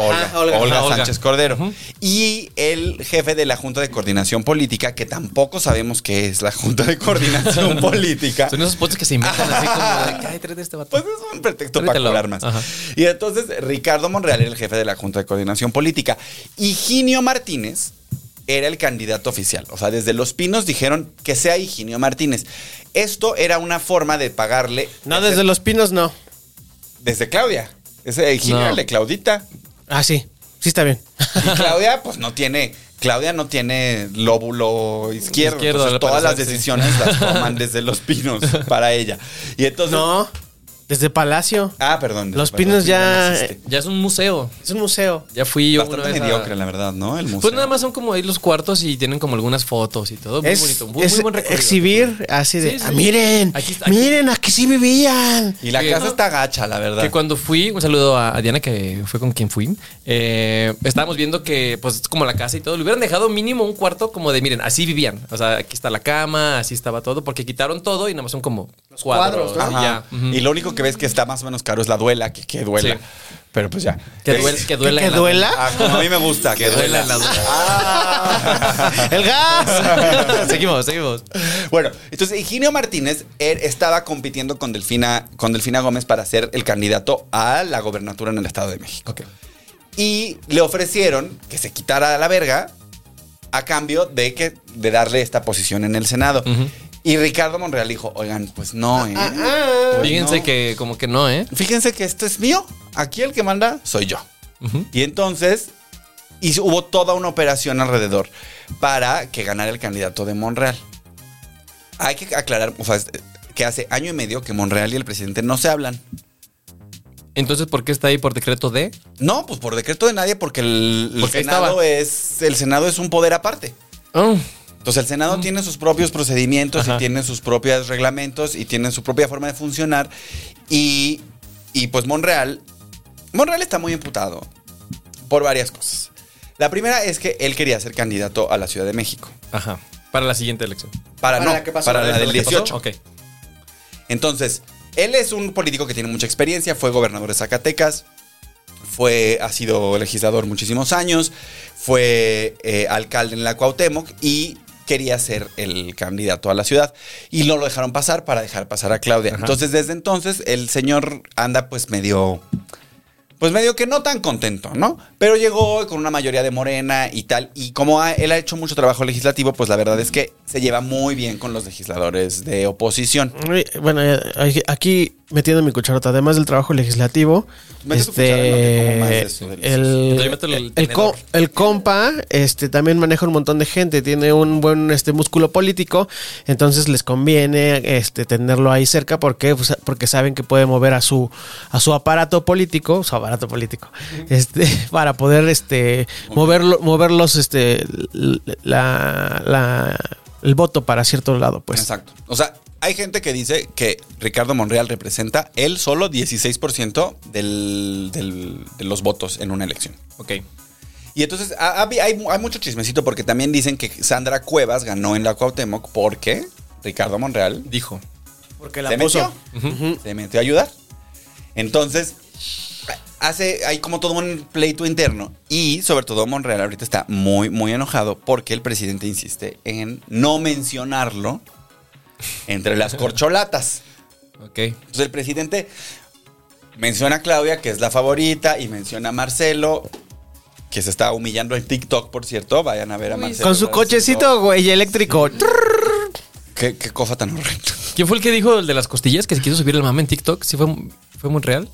Olga, Ah, Olga. Olga Ah, Olga. Sánchez Cordero. Ujú. Y el jefe de la Junta de Coordinación Política, que tampoco sabemos qué es la Junta de [laughs] Coordinación Política. Son esos potes que se inventan así como de que ay, tráete este vato. Pues es un pretexto para Tráetelo. cobrar más. Ajá. Y entonces Ricardo Monreal era el jefe de la Junta de Coordinación Política. Higinio Martínez era el candidato oficial. O sea, desde Los Pinos dijeron que sea Higinio Martínez. Esto era una forma de pagarle. No, desde los pinos no. Desde Claudia. Ese Higinio No. era el de Claudita. Ah, sí. Sí está bien. Y Claudia, pues no tiene. Claudia no tiene lóbulo izquierdo. Izquierdo, Entonces, al todas las parecer, sí. decisiones las toman desde los pinos para ella. Y entonces. No, desde Palacio. Ah, perdón. Los perdón, Pinos ya- no existe. Ya es un museo. Es un museo. Ya fui yo Bastante una vez a- mediocre, la verdad, ¿no? El museo. Pues nada más son como ahí los cuartos y tienen como algunas fotos y todo. Muy es bonito. Muy, es muy buen recorrido. exhibir así de, Sí, sí. "Ah, miren, Aquí está- aquí- miren, aquí sí vivían. Y la Sí. casa está gacha, la verdad. Que cuando fui, un saludo a, a Diana, que fue con quien fui. eh, estábamos viendo que, pues, como la casa y todo, le hubieran dejado mínimo un cuarto como de, miren, así vivían. O sea, aquí está la cama, así estaba todo, porque quitaron todo y nada más son como cuadros. cuadros, y Ajá. ya. Ujú. Y lo único que ves que está más o menos caro es la duela, que, que duela. Sí. Pero pues ya. Que duela. Que duela. ¿Que en la- duela? Ah, como a mí me [laughs] gusta, que duela. Ah. [laughs] [laughs] El [laughs] gas. seguimos, seguimos. Bueno, entonces Higinio Martínez él estaba compitiendo con Delfina, con Delfina Gómez para ser el candidato a la gobernatura en el Estado de México. Ok. Y le ofrecieron que se quitara a la verga a cambio de que de darle esta posición en el Senado. Ujú. Y Ricardo Monreal dijo, oigan, pues no, ¿eh? Pues Fíjense no. que, como que no, ¿eh? Fíjense que esto es mío. Aquí el que manda soy yo. Ujú. Y entonces hizo- hubo toda una operación alrededor para que ganara el candidato de Monreal. Hay que aclarar, o sea, es- que hace año y medio que Monreal y el presidente no se hablan. Entonces, ¿por qué está ahí por decreto de? No, pues por decreto de nadie, porque el, el Porque ahí Senado estaba. es el Senado es un poder aparte. Oh, Entonces el Senado tiene sus propios procedimientos y Ajá. tiene sus propios reglamentos y tiene su propia forma de funcionar. Y, y, pues Monreal, Monreal está muy imputado por varias cosas. La primera es que él quería ser candidato a la Ciudad de México. Ajá. Para la siguiente elección. Para, Para no, la que pasó, para ¿la la del ¿Qué pasó? 18. Ok. Entonces, él es un político que tiene mucha experiencia, fue gobernador de Zacatecas, fue, ha sido legislador muchísimos años, fue eh, alcalde en la Cuauhtémoc y quería ser el candidato a la ciudad y no lo dejaron pasar para dejar pasar a Claudia. Entonces, desde entonces, el señor anda pues medio... Pues medio que no tan contento, ¿no? Pero llegó con una mayoría de morena y tal. Y como ha- él ha hecho mucho trabajo legislativo, pues la verdad es que se lleva muy bien con los legisladores de oposición. Uy, Bueno, eh, aquí- aquí metiendo mi cucharota, además del trabajo legislativo, Mete tu cuchara en lo que como más de este, eso, delicioso. el, Yo meto el el tenedor. co- el compa este, también maneja un montón de gente, tiene un buen este, músculo político, entonces les conviene este, tenerlo ahí cerca porque, pues, porque saben que puede mover a su, a su aparato político, su aparato político, este, [laughs] para poder este, moverlo, moverlos este, l- la- la- el voto para cierto lado. Pues. Exacto. O sea, hay gente que dice que Ricardo Monreal representa él solo 16% del- del- de los votos en una elección. Ok. Y entonces ha- ha- hay, hay mucho chismecito porque también dicen que Sandra Cuevas ganó en la Cuauhtémoc porque Ricardo Monreal Dijo. Porque se metió. Se metió a ayudar. Entonces, hace, hay como todo un pleito interno. Y sobre todo Monreal ahorita está muy, muy enojado porque el presidente insiste en no mencionarlo entre [laughs] las corcholatas. Ok. Entonces el presidente menciona a Claudia, que es la favorita, y menciona a Marcelo, que se está humillando en TikTok, por cierto. Vayan a ver a Uy, Marcelo. Con su Ebrard haciendo- cochecito, güey, eléctrico. Qué, qué cosa tan horrible. ¿Quién fue el que dijo el de las costillas que se quiso subir el mame en TikTok? ¿Sí fue, fue Monreal?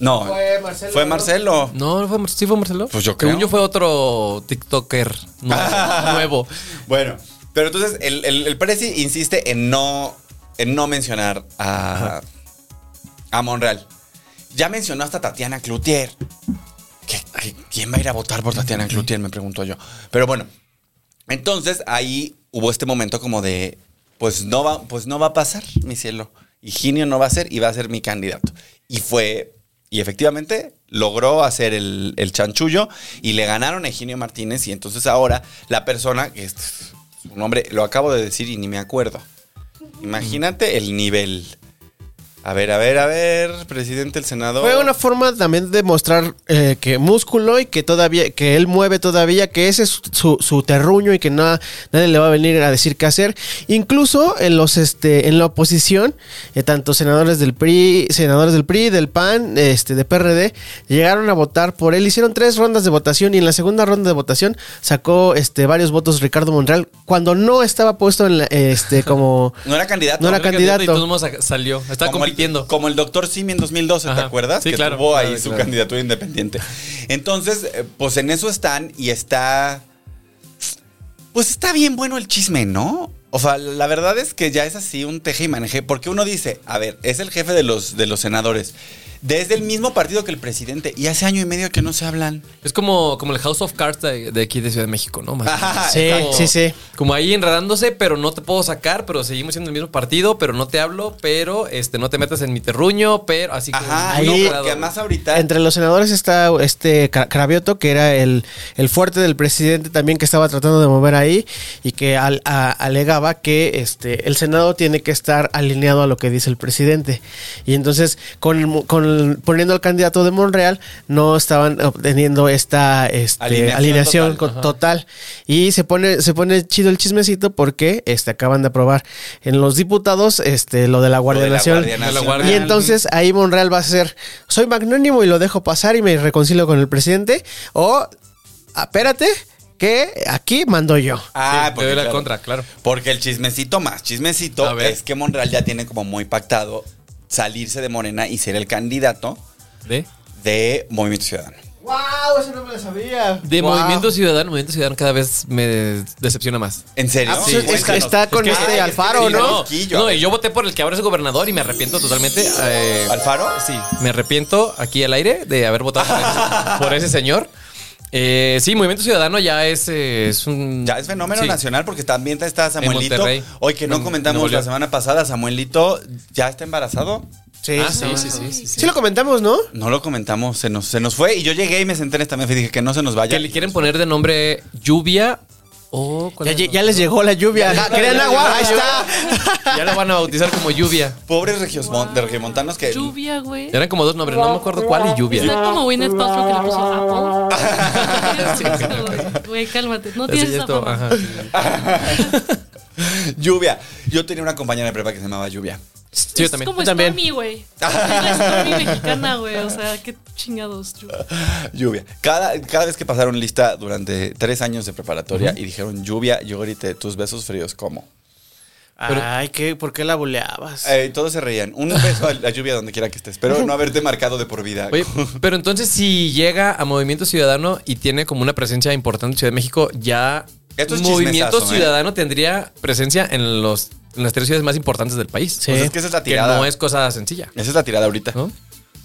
No, Fue Marcelo. Fue Marcelo. No, no fue, sí fue Marcelo. Pues yo Según creo. yo fue otro [laughs] TikToker nuevo. nuevo. Bueno, pero entonces el, el, el Prezi insiste en no, en no mencionar a, a Monreal. Ya mencionó hasta Tatiana Cloutier. ¿Qué- qué- quién va a ir a votar por Tatiana Cloutier? Me pregunto yo. Pero bueno, entonces ahí hubo este momento como de, pues no va, pues no va a pasar, mi cielo. Higinio no va a ser y va a ser mi candidato. Y fue, y efectivamente logró hacer el, el chanchullo y le ganaron a Higinio Martínez y entonces ahora la persona que es su nombre, lo acabo de decir y ni me acuerdo. Imagínate el nivel. A ver, a ver, a ver, presidente del Senado. Fue una forma también de mostrar eh, que músculo y que todavía, que él mueve todavía, que ese es su, su terruño y que nada, nadie le va a venir a decir qué hacer. Incluso en los este, en la oposición, eh, tanto senadores del PRI, senadores del PRI, del PAN, este, de PRD, llegaron a votar por él. Hicieron tres rondas de votación y en la segunda ronda de votación sacó este varios votos Ricardo Monreal cuando no estaba puesto en la, este como No era candidato. No era Era candidato Y candidato. todo el mundo sa- salió. Estaba Como el- compitiendo. como el doctor Simi en 2012, ¿te Ajá. acuerdas? Sí, que claro. tuvo ahí Claro, su claro. candidatura independiente. Entonces, eh, pues en eso están y está. Pues está bien bueno el chisme, ¿no? O sea, la verdad es que ya es así un teje y maneje, porque uno dice, a ver, es el jefe de los, de los senadores, desde el mismo partido que el presidente, y hace año y medio que no se hablan. Es como, como el House of Cards de, de aquí de Ciudad de México, ¿no? Más o menos. Ajá, Sí, Como- sí, sí. Como ahí enredándose, pero no te puedo sacar, pero seguimos siendo el mismo partido, pero no te hablo, pero este no te metas en mi terruño, pero así como Ajá, muy no, ahí, logrado. porque además ahorita... Entre los senadores está este Cra- Cravioto, que era el, el fuerte del presidente también que estaba tratando de mover ahí y que al- a- alegaba que este el Senado tiene que estar alineado a lo que dice el presidente. Y entonces, con, el mo- con el- poniendo al candidato de Monreal, no estaban obteniendo esta este, Alineación alineación, total, con- ajá. total. Y se pone, se pone chido el chismecito porque este, acaban de aprobar en los diputados este, lo de la Guardia de la Nacional. Guardia De la Nacional. Y entonces ahí Monreal va a ser, soy magnánimo y lo dejo pasar y me reconcilio con el presidente, o "Ah, espérate, que aquí mando yo. Ah, Sí, te porque doy la claro. contra, claro. Porque el chismecito más A chismecito ver. es que Monreal ya tiene como muy pactado salirse de Morena y ser el candidato De, de Movimiento Ciudadano. ¡Wow! Eso no me lo sabía. de Movimiento Ciudadano, Movimiento Ciudadano cada vez me decepciona más. ¿En serio? Ah, pues es- es- está con Es que- Ay, este es que Alfaro, tiene ¿no? fresquillo, No, a y ver. yo voté por el que ahora es gobernador y me arrepiento totalmente. eh, ¿Alfaro? Sí, me arrepiento aquí al aire de haber votado por- [laughs] por ese señor. Eh, sí, Movimiento Ciudadano ya es, eh, es un... Ya es fenómeno sí. nacional porque también está Samuelito. Monterrey. Hoy que no En comentamos Nuevo la León. semana pasada, Samuelito ya está embarazado. Sí, Ah, sí, sí, sí, sí, sí, sí. sí. lo comentamos, ¿no? No lo comentamos, se nos, se nos fue. Y yo llegué y me senté en esta mesa y dije que no se nos vaya. Que le quieren poner de nombre lluvia o... ¿cuál Ya, era? lle- ya les llegó la lluvia. Ah, ¿Querían agua? Ahí está. Ya lo van a bautizar como lluvia. Pobres regiosmon- de regiomontanos que... [laughs] Lluvia, güey. Eran como dos nombres, no me acuerdo cuál y lluvia. Está como Winnet Paltrow que le puso [laughs] Apple. [laughs] Sí, Güey, Güey, cálmate. No Así tienes ya esa estuvo, fama. ajá. [laughs] Lluvia. Yo tenía una compañera de prepa que se llamaba Lluvia. Sí, yo también. Es como Yo también. Stormy, güey. Es la Stormy mexicana, güey. O sea, qué chingados. Lluvia. Cada, cada vez que pasaron lista durante tres años de preparatoria y dijeron lluvia, yo grité, tus besos fríos, ¿cómo? Ay, ¿qué? ¿por qué la buleabas? Eh, todos se reían. Un beso a la lluvia donde quiera que estés. Espero no haberte marcado de por vida. Oye, pero entonces si llega a Movimiento Ciudadano y tiene como una presencia importante en Ciudad de México, ya Esto es Movimiento chismesazo, ¿eh? Ciudadano tendría presencia en los en las tres ciudades más importantes del país. Sí. Pues es que esa es la Que tirada. no es cosa sencilla, Esa es la tirada ahorita. ¿no?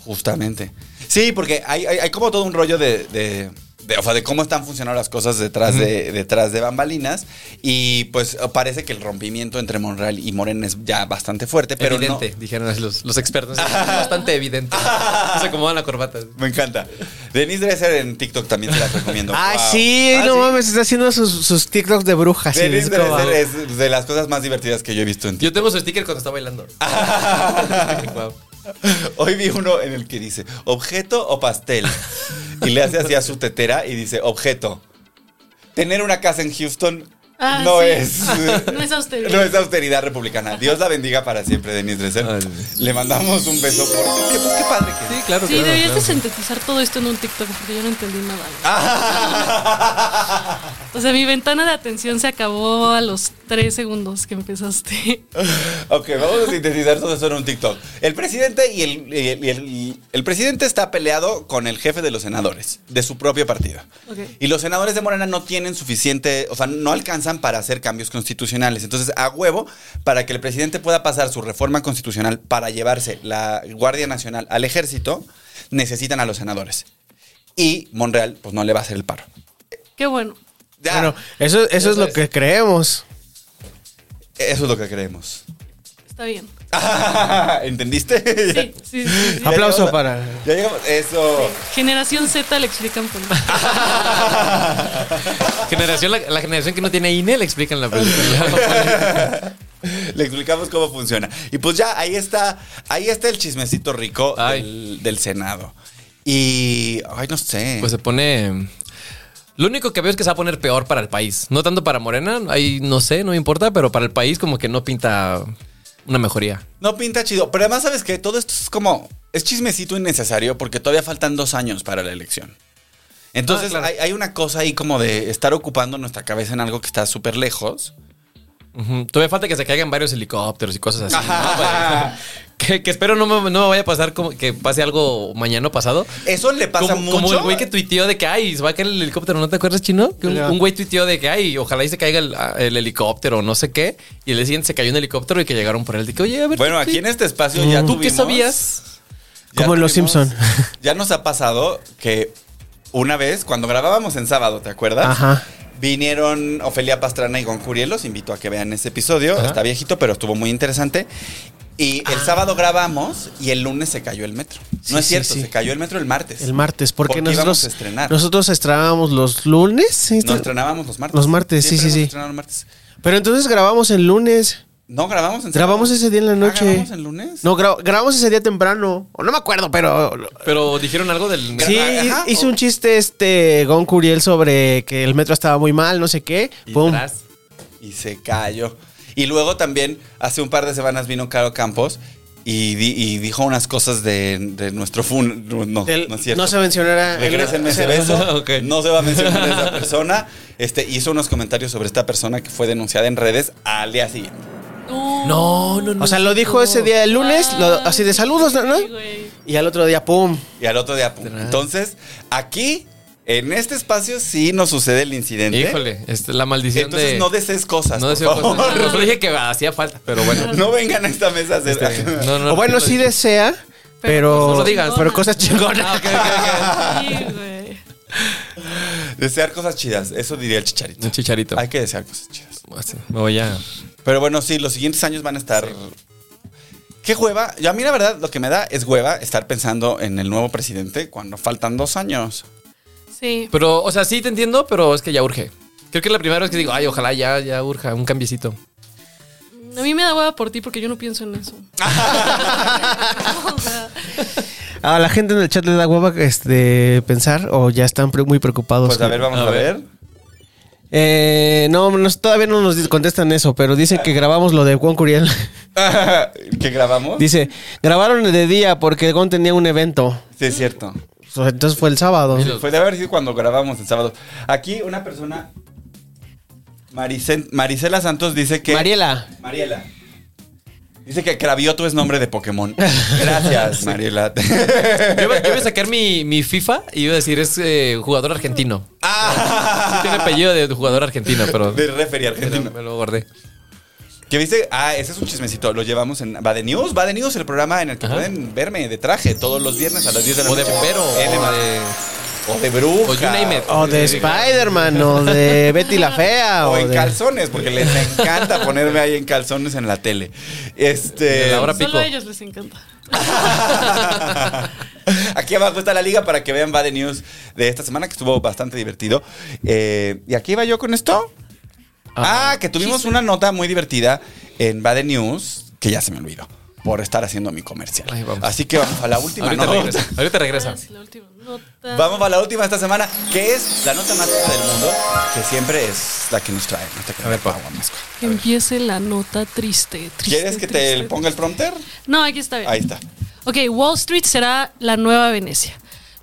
Justamente. Sí, porque hay, hay- hay como todo un rollo de, de- de- o sea, de cómo están funcionando las cosas detrás, de, detrás de bambalinas. Y pues parece que el rompimiento entre Monreal y Morena es ya bastante fuerte, pero no- evidente, dijeron así los, los expertos. Es [laughs] bastante evidente. No se acomodan la corbata. Me encanta. Denise Dresser en TikTok también te la recomiendo. Ay, Wow. sí, [laughs] Ah, no sí. mames, está haciendo sus, sus TikToks de brujas. sí, Denise es como- Dresser es de las cosas más divertidas que yo he visto en Yo TikTok. tengo su sticker cuando está bailando. [laughs] Guau. Hoy vi uno en el que dice, ¿objeto o pastel? Y le hace así a su tetera y dice, objeto. Tener una casa en Houston Ah, no, sí. es, [laughs] No es austeridad. [laughs] No es austeridad republicana. Dios la bendiga para siempre, Denise Dresser. Ay. Le mandamos un beso por... Qué, pues, qué padre que Sí, claro, Sí, claro, deberías claro. de este sintetizar todo esto en un TikTok porque yo no entendí nada. güey. Ah. [laughs] O sea, mi ventana de atención se acabó a los tres segundos que empezaste. [laughs] Ok, vamos a sintetizar todo eso en un TikTok. El presidente y el, y el- y el- el presidente está peleado con el jefe de los senadores, de su propio partido. Ok. Y los senadores de Morena no tienen suficiente, o sea, no alcanzan para hacer cambios constitucionales. Entonces, a huevo, para que el presidente pueda pasar su reforma constitucional para llevarse la Guardia Nacional al ejército, necesitan a los senadores. Y Monreal, pues no le va a hacer el paro. Qué bueno. Ya, Bueno, eso, eso es lo que creemos. eso es lo que creemos. [laughs] Está bien. ¿Entendiste? Sí, sí, sí, sí, sí. Ya Aplauso llegamos a- para- Ya llegamos. Eso. Generación Z le explican Ah. política. [laughs] Generación, la, la generación que no tiene INE le explican [laughs] la película. Le explicamos cómo funciona. Y pues ya, ahí está, ahí está el chismecito rico Ay. del, del Senado. Y. Ay, no sé. Pues se pone. Lo único que veo es que se va a poner peor para el país. No tanto para Morena, ahí no sé, no me importa, pero para el país como que no pinta una mejoría. No pinta chido. Pero además, ¿sabes que Todo esto es como. Es chismecito innecesario porque todavía faltan dos años para la elección. Entonces, Ah, claro. hay, hay una cosa ahí como de estar ocupando nuestra cabeza en algo que está súper lejos. Ujú. Todavía falta que se caigan varios helicópteros y cosas así. ¿no? Pues, Ajá. que, que espero no me, no me vaya a pasar como que pase algo mañana o pasado. Eso le pasa como, mucho. como el güey que tuiteó de que ay, se va a caer el helicóptero, ¿no te acuerdas, chino? Que un, No. un güey tuiteó de que ay, ojalá y se caiga el, ah, el helicóptero, no sé qué. Y el día siguiente se cayó un helicóptero y que llegaron por él. De que, oye, a ver. Bueno, ¿tú- aquí en este espacio ya ¿Tú qué tuvimos- sabías? Ya Como en Los tuvimos- Simpson. [laughs] Ya nos ha pasado que una vez, cuando grabábamos en sábado, ¿te acuerdas? Ajá. Vinieron Ofelia Pastrana y Gon Curiel. Los invito a que vean ese episodio. Está viejito, pero estuvo muy interesante. Y el sábado grabamos y el lunes se cayó el metro. Sí, no es sí, cierto, sí. se cayó el metro el martes. El martes, porque, íbamos nosotros a estrenar. nosotros estrenábamos los lunes. ¿sí? nos estrenábamos los martes. Los martes, sí, Siempre sí, hemos sí. estrenado los martes. Pero entonces grabamos el lunes. No, grabamos en Grabamos sábado. ese día en la Ah, noche. ¿Grabamos el lunes? No, gra- grabamos ese día temprano. O no me acuerdo, pero. Ah, Pero dijeron algo del. Sí, Ajá, hizo o- un chiste este Gon Curiel sobre que el metro estaba muy mal, no sé qué. Y Pum. tras. y se cayó. Y luego también, hace un par de semanas vino Caro Campos y, di- y dijo unas cosas de, de nuestro fun. No, no, El- no es cierto. no se mencionará. Regrésenme el- ese se- beso. Ok. No se va a mencionar esa persona. Este, hizo unos comentarios sobre esta persona que fue denunciada en redes al día siguiente. No, no, no. O sea, lo dijo ese día el lunes, lo- así de saludos, ¿no? Sí, güey. Y al otro día, pum. Y al otro día, pum. Entonces, aquí, en este espacio, sí nos sucede el incidente. Híjole, esta es la maldición Entonces, de. no desees cosas. no por deseo favor. [laughs] cosas. Pero dije que hacía falta, pero bueno. [laughs] No vengan a esta mesa a hacer- Está bien. Este, No, no, o bueno, no sí lo dije. desea, pero. no lo digas. Pero cosas chingonas. Ah, ok, ok, Sí, güey. Desear cosas chidas. Eso diría el chicharito. ok. [laughs] Un chicharito. Hay que desear cosas chidas. Así, Me voy a. Pero bueno, sí, los siguientes años van a estar. ¿Qué hueva? Yo a mí la verdad lo que me da es hueva estar pensando en el nuevo presidente cuando faltan dos años. Sí. Pero, o sea, sí te entiendo, pero es que ya urge. Creo que es la primera vez que digo, ay, ojalá ya, ya urja, un cambiecito. A mí me da hueva por ti porque yo no pienso [laughs] en eso. O sea, [laughs] A la gente en el chat le da hueva este, pensar o ya están pre- muy preocupados. Pues a ver, vamos a, A ver. ver. Eh, no, nos- todavía no nos di- contestan eso, pero dicen que grabamos lo de Juan Curiel. [laughs] ¿Qué grabamos? Dice, grabaron de día porque Gon tenía un evento. Sí, es cierto. O sea, Entonces fue el sábado. Sí. Fue de haber sido cuando grabamos el sábado. Aquí una persona. Maricen- Marisela Santos dice que. Mariela. Mariela. Dice que Cravioto es nombre de Pokémon. Gracias, Mariela. Yo, iba- yo iba a sacar mi, mi FIFA y iba a decir, es eh, jugador argentino. [laughs] ah, Tiene apellido de jugador argentino, pero. De referee pero argentino. me lo guardé. Que viste, ah, ese es un chismecito, lo llevamos en Va de News, Va de News el programa en el que Ajá. pueden verme de traje todos los viernes a las 10 de la O de noche. bombero. En el- O de. o de bruja. O you name it. O Oh, de [laughs] Spider-Man, o de Betty la Fea. Ah, O O en de... calzones, porque les [laughs] encanta ponerme ahí en calzones en la tele. De Este. la hora pico. solo a ellos les encanta. [laughs] aquí abajo está la liga para que vean Va de News de esta semana, que estuvo bastante divertido. Eh, y aquí iba yo con esto. Ah, que tuvimos una nota muy divertida en Bad News que ya se me olvidó por estar haciendo mi comercial. Ahí vamos. Así que vamos a la última Ahorita nota. regresa. Ahorita regresa. Ah, sí, la última nota. Vamos a la última esta semana, que es la nota más fea del mundo, que siempre es la que nos trae. No te creas, Pau, Amasco. Que empiece la nota triste. triste ¿Quieres que te triste, ponga el prompter? No, aquí está bien. Ahí está. Ok, Wall Street será la nueva Venecia.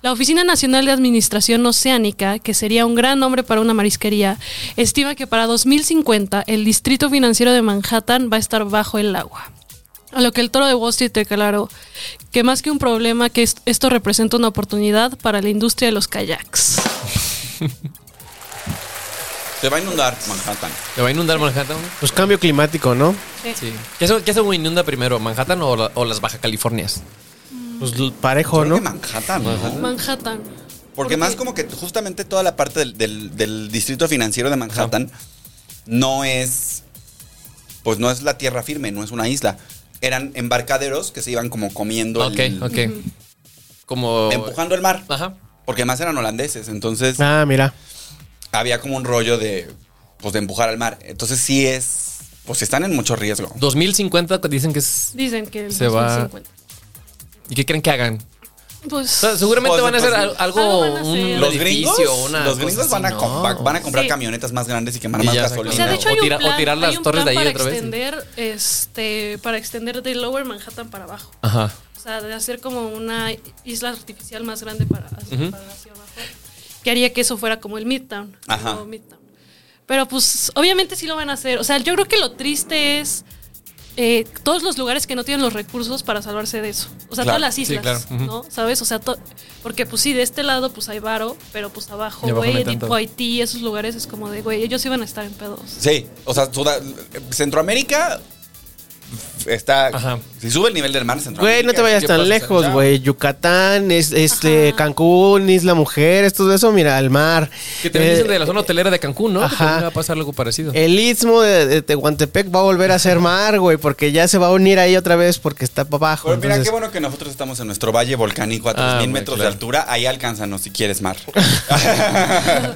La Oficina Nacional de Administración Oceánica, que sería un gran nombre para una marisquería, estima que para 2050 el distrito financiero de Manhattan va a estar bajo el agua. A lo que el toro de Wall Street declaró que más que un problema, que est- esto representa una oportunidad para la industria de los kayaks. Se va a inundar Manhattan. ¿Le va a inundar Manhattan? Pues cambio climático, ¿no? Sí. ¿Qué hace, qué hace un inunda primero? ¿Manhattan o, la- o las Baja Californias? Pues l- parejo, Creo ¿no? que Manhattan, ¿no? Manhattan. Porque más como que justamente toda la parte del, del- del distrito financiero de Manhattan no es. Pues no es la tierra firme, no es una isla. eran embarcaderos que se iban como comiendo, Ok, el- ok. Ah. Como. empujando el mar. Ajá. Porque además eran holandeses, entonces Ah, mira. había como un rollo de, pues, de empujar al mar. Entonces sí es, pues están en mucho riesgo. 2050 dicen que es. Dicen que el Se va. 2050. ¿Y qué creen que hagan? Pues, O sea, seguramente Pues, van a hacer pues, al- algo. algo van a hacer. un Los edificio, gringos, una los cosa gringos van, así, a ¿no? com- va- van a comprar Sí. camionetas más grandes y quemar Y más ya se gasolina. o sea, de hecho o hay tira- un o plan, tirar las hay un torres plan de ahí para otra vez. extender, este, para extender de Lower Manhattan para abajo. Ajá. O sea, de hacer como una isla artificial más grande para, hacia- para hacia abajo. Que haría que eso fuera como el Midtown. Ajá. nuevo Midtown. Pero pues obviamente sí lo van a hacer. O sea, yo creo que lo triste es eh, todos los lugares que no tienen los recursos para salvarse de eso. O sea, Claro, todas las sí, islas, claro, ujú. ¿no? ¿Sabes? O sea, to- porque pues sí, de este lado pues hay varo, pero pues abajo, Y abajo no güey, hay tanto. tipo Haití, esos lugares es como de, güey, ellos iban a estar en pedos. Sí, o sea, Suda- Centroamérica está... Ajá. Si sube el nivel del mar, Centroamérica... Güey, no te vayas ¿Qué tan pasa? lejos, Ya. güey. Yucatán, es, este, Cancún, Isla Mujeres, todo eso, mira, al mar. Que también Eh, dicen de la zona hotelera de Cancún, ¿no? ajá. Eh, Que también va a pasar algo parecido. El istmo de, de Tehuantepec va a volver a ser mar, güey, porque ya se va a unir ahí otra vez porque está para abajo. Pero mira, entonces- qué bueno que nosotros estamos en nuestro valle volcánico a Ah, 3.000 muy metros claro. de altura. Ahí alcánzanos si quieres [laughs] mar.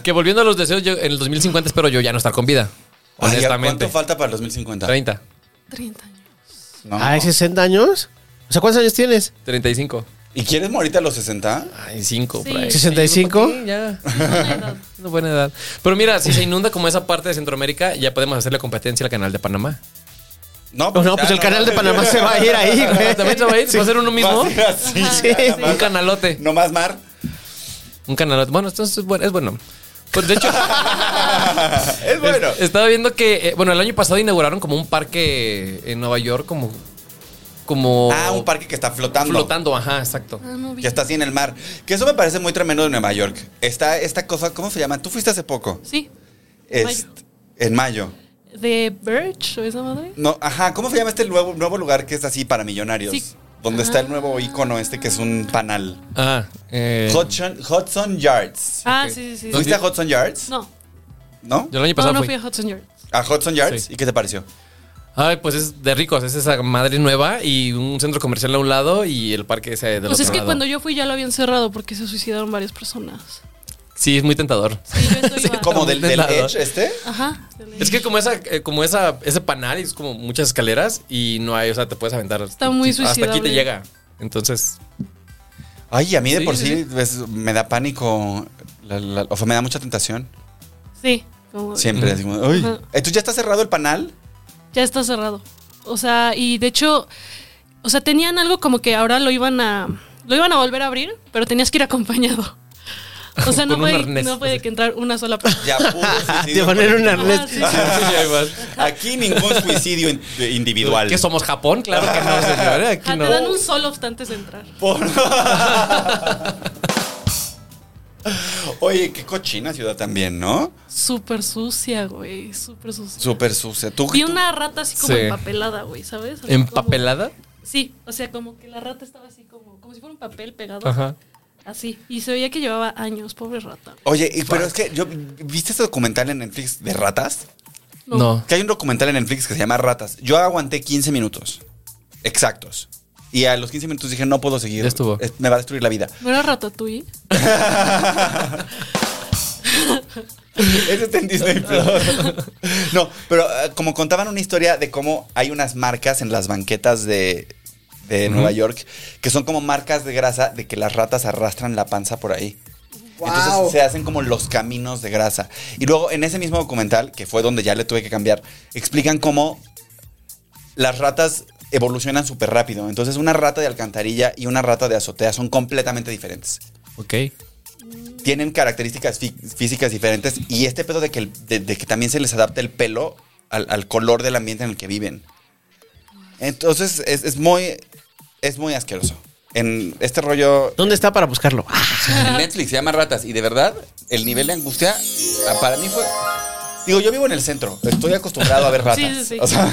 Que volviendo a los deseos, yo, en el 2050 espero yo ya no estar con vida. Ay, Honestamente. ¿Cuánto falta para el 2050? 30. 30 años. No. Ay, 60 años. O sea, ¿cuántos años tienes? 35. ¿Y quieres morirte a los 60? Ay, 5 Sí. por ahí. 65. Sí, ya. [laughs] Buena edad. Una buena edad. Pero mira, si se inunda como esa parte de Centroamérica, ya podemos hacerle competencia al canal [laughs] de Panamá. No, No, pues ya el canal de Panamá se va a ir ahí, güey. También se va a ir, va a ser uno [laughs] mismo. Va a ser [laughs] así, ya, Ajá, sí. nada más. Un canalote. No más mar. Un canalote. Bueno, entonces es bueno. Es bueno. Pues de hecho, [laughs] es bueno. es- estaba viendo que, eh, bueno, el año pasado inauguraron como un parque en Nueva York, como. como Ah, un parque que está flotando. flotando. Ajá, exacto. Ah, no vi. Que está así en el mar. Que eso me parece muy tremendo de Nueva York. Está esta cosa, ¿cómo se llama? Tú fuiste hace poco. Sí. Es- Mayo. En mayo. ¿De Birch o esa madre? No, ajá, ¿cómo se llama este nuevo, nuevo lugar que es así para millonarios? Sí. Ah. Donde está el nuevo icono este que es un panal. Ah, eh, Hudson, Hudson Yards. Ah, Ok. sí, sí, sí. ¿Fuiste a Hudson Yards? No, ¿No? yo el año no, pasado no fui. fui a Hudson Yards. ¿A Hudson Yards? Sí. ¿Y qué te pareció? Ay, pues es de ricos, es esa madre nueva y un centro comercial a un lado y el parque ese del Pues otro es que lado. cuando yo fui ya lo habían cerrado porque se suicidaron varias personas. Sí, es muy tentador. Sí, yo eso iba. ¿Cómo? muy ¿Del, del tentador. Edge este? Ajá. Es que como esa, eh, como esa, ese panal es como muchas escaleras y no hay, o sea, te puedes aventar. Está muy Hasta aquí te suicidable. llega. Entonces, [laughs] Ay, a mí de Sí, por sí, sí, ves, me da pánico. la- la- o sea, me da mucha tentación. Sí. como- Siempre. así como, uy. Ajá. Entonces ya está cerrado el panal. Ya está cerrado. O sea, y de hecho, o sea, tenían algo como que ahora lo iban a, lo iban a volver a abrir, pero tenías que ir acompañado. O sea, no [laughs] Con un puede, arnés, no puede así. que entrar una sola persona. Ya [laughs] pudo Te Ah, suicidio poner un colectivo. arnés. Ah, sí, sí, sí. Aquí ningún suicidio in- de- individual. ¿qué somos Japón? Claro que no, señor. ¿eh? Aquí Ah, no. Te dan un [laughs] solo obstante de entrar. Por- [laughs] Oye, qué cochina ciudad también, ¿no? Súper sucia, güey. Súper sucia. Súper sucia. Tú, Vi tú- una rata así como Sí. empapelada, güey, ¿sabes? Así ¿Empapelada? como- sí, o sea, como que la rata estaba así como, como si fuera un papel pegado. Ajá. Así. Y se veía que llevaba años, pobre rata. Oye, y- pero es que yo viste ese documental en Netflix de ratas. No. Que hay un documental en Netflix que se llama Ratas. Yo aguanté 15 minutos exactos. Y a los 15 minutos dije, no puedo seguir. Ya estuvo. Es- Me va a destruir la vida. ¿No era ratatouille? [laughs] Eso está en Disney Plus. No, pero eh, como contaban una historia de cómo hay unas marcas en las banquetas de, de Nueva York que son como marcas de grasa de que las ratas arrastran la panza por ahí. Entonces se hacen como los caminos de grasa. Y luego en ese mismo documental, que fue donde ya le tuve que cambiar, explican cómo las ratas evolucionan súper rápido. Entonces una rata de alcantarilla y una rata de azotea son completamente diferentes Ok. tienen características fí- físicas diferentes y este pedo de que, el- de, de que también se les adapta el pelo al, al color del ambiente en el que viven. Entonces es, es muy es muy asqueroso. En este [laughs] rollo ¿Dónde está para buscarlo? Ah, en Netflix se llama Ratas y de verdad el nivel de angustia ah, para mí fue Digo, yo vivo en el centro. Estoy acostumbrado a ver ratas. Sí, sí, sí. O sea, [laughs] o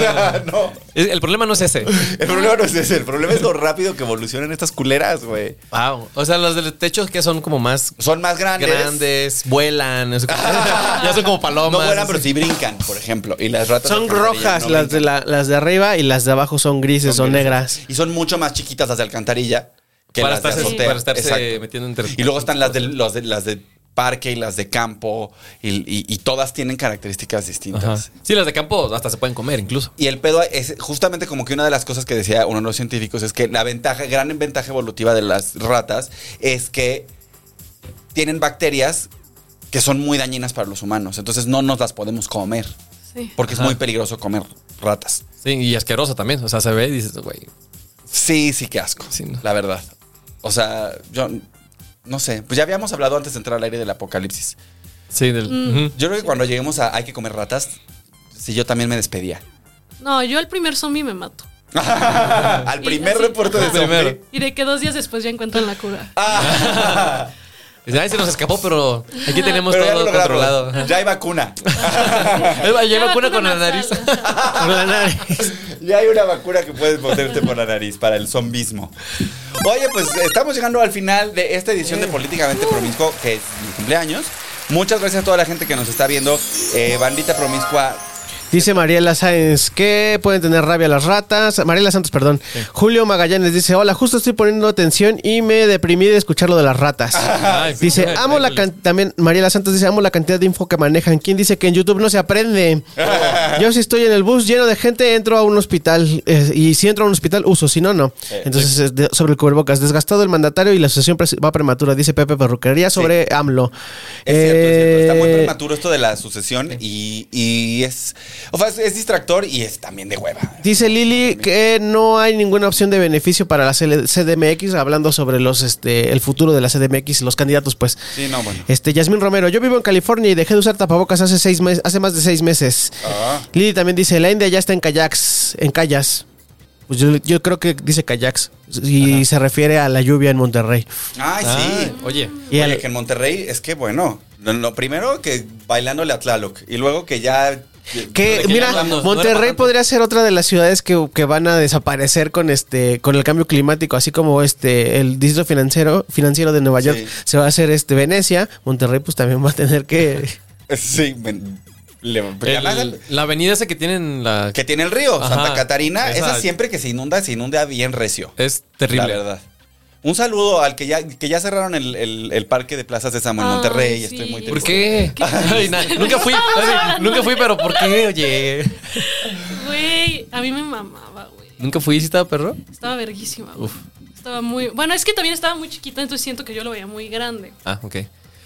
sea, no. Es- El problema no es ese. El problema no es ese. El problema es lo rápido que evolucionan estas culeras, güey. Wow. O sea, los de los techos que son como más Son más grandes. grandes, vuelan. es- [laughs] ya son como palomas. No vuelan, pero sí brincan, por ejemplo. Y las ratas. Son alcantarillas rojas no las, de la- las de arriba y las de abajo son grises o negras. Y son mucho más chiquitas las de alcantarilla que Para las de estarse- azotea. para estarse Exacto. metiendo entre- Y luego están las de, los de- las de parque y las de campo. Y, y- y todas tienen características Ajá. distintas. Sí, las de campo hasta se pueden comer incluso. Y el pedo es justamente como que una de las cosas que decía uno de los científicos es que la ventaja, gran ventaja evolutiva de las ratas es que tienen bacterias que son muy dañinas para los humanos. Entonces no nos las podemos comer Sí. porque Ajá. es muy peligroso comer ratas. Sí, y asqueroso también. O sea, se ve y dices, güey. Sí, sí, qué asco. Sí, no. La verdad. O sea, yo no sé. Pues ya habíamos hablado antes de entrar al aire del apocalipsis. Sí, del. Mm. Ujú. Yo creo que cuando lleguemos a hay que comer ratas, si yo también me despedía. No, yo al primer zombie me mato. al primer así, reporte de ajá. zombie. Primero. Y de que dos días después ya encuentran la cura. Ah. Dices, "Ay, se nos escapó, pero aquí tenemos Pero ya lo todo logramos. controlado. [laughs] Ya hay vacuna. Yo Ya vacuna con la vacuna [laughs] nariz. nasal, ajá. Por la nariz. ya hay una vacuna que puedes ponerte por la nariz para el zombismo. Oye, pues estamos llegando al final de esta edición Eh. de Políticamente Promiscuo, que es mi cumpleaños. Muchas gracias a toda la gente que nos está viendo. Eh, bandita Promiscua, Dice Mariela Sáenz que pueden tener rabia las ratas. Mariela Santos, perdón. Julio Magallanes dice: Hola, justo estoy poniendo atención y me deprimí de escuchar lo de las ratas. Ay, Dice, pues, amo la híjoles. cantidad. También Mariela Santos dice, amo la cantidad de info que manejan. ¿Quién dice que en YouTube no [laughs] se aprende? Yo si estoy en el bus lleno de gente, entro a un hospital. eh, y si entro a un hospital, uso, si no, no. Entonces, es de- sobre el cubrebocas, desgastado el mandatario y la asociación pres- va prematura, dice Pepe Perruquería sobre AMLO. Es cierto, es cierto. Está muy Eh, prematuro esto de la sucesión y, y es, o sea, es, es distractor y es también de hueva. Dice Lili que no hay ninguna opción de beneficio para la CL CDMX, hablando sobre los este el futuro de la CDMX, los candidatos, pues. Sí, no, bueno. Este, Yasmín Romero, yo vivo en California y dejé de usar tapabocas hace seis meses, hace más de seis meses. Ah. Lili también dice, la India ya está en kayaks, en callas. Pues yo, yo creo que dice kayaks. Y se refiere a la lluvia en Monterrey. Ay, Ah, sí. Oye. Y Oye, al- que en Monterrey es que bueno, lo, lo primero que bailándole a Tlaloc y luego que ya... Que, ¿De qué mira, hablamos? No era para Monterrey tanto. podría ser otra de las ciudades que, que van a desaparecer con este, con el cambio climático, así como este, el distrito financiero, financiero de Nueva York Sí. se va a hacer este Venecia, Monterrey pues también va a tener que [laughs] [laughs] Sí, ven, le- el- la avenida esa que tienen la. que tiene el río, Ajá. Santa Catarina, esa, Esa- siempre que se inunda, se inunda bien recio. Es La terrible. verdad. Un saludo al que ya, que ya cerraron el, el- el parque de plazas de Samo en Ay, Monterrey. sí. Estoy muy triste. ¿Por qué? Qué [laughs] Ay, na- triste. nunca fui. Estamos Así, hablando nunca fui, de- pero ¿por qué? Oye. Güey, a mí me mamaba, güey. ¿Nunca fui? ¿Sí estaba perro? Estaba verguísima, güey. Uf. Estaba muy. Bueno, es que también estaba muy chiquita, entonces siento que yo lo veía muy grande. Ah, ok.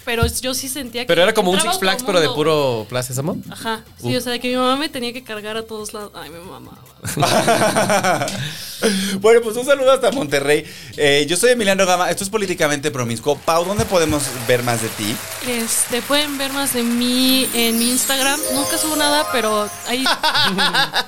Pero yo sí sentía que. Pero era como un entraba Six otro Flags, pero de mundo. puro Plaza Samo. Ajá. Sí, o sea, de que mi mamá me tenía que cargar a todos lados. Ay, me mamaba. [laughs] bueno, pues un saludo hasta Monterrey. Eh, yo soy Emiliano Gama, esto es Políticamente Promiscuo. Pau, ¿dónde podemos ver más de ti? Este, pueden ver más de mí en mi Instagram. Nunca subo nada, pero [laughs] ahí.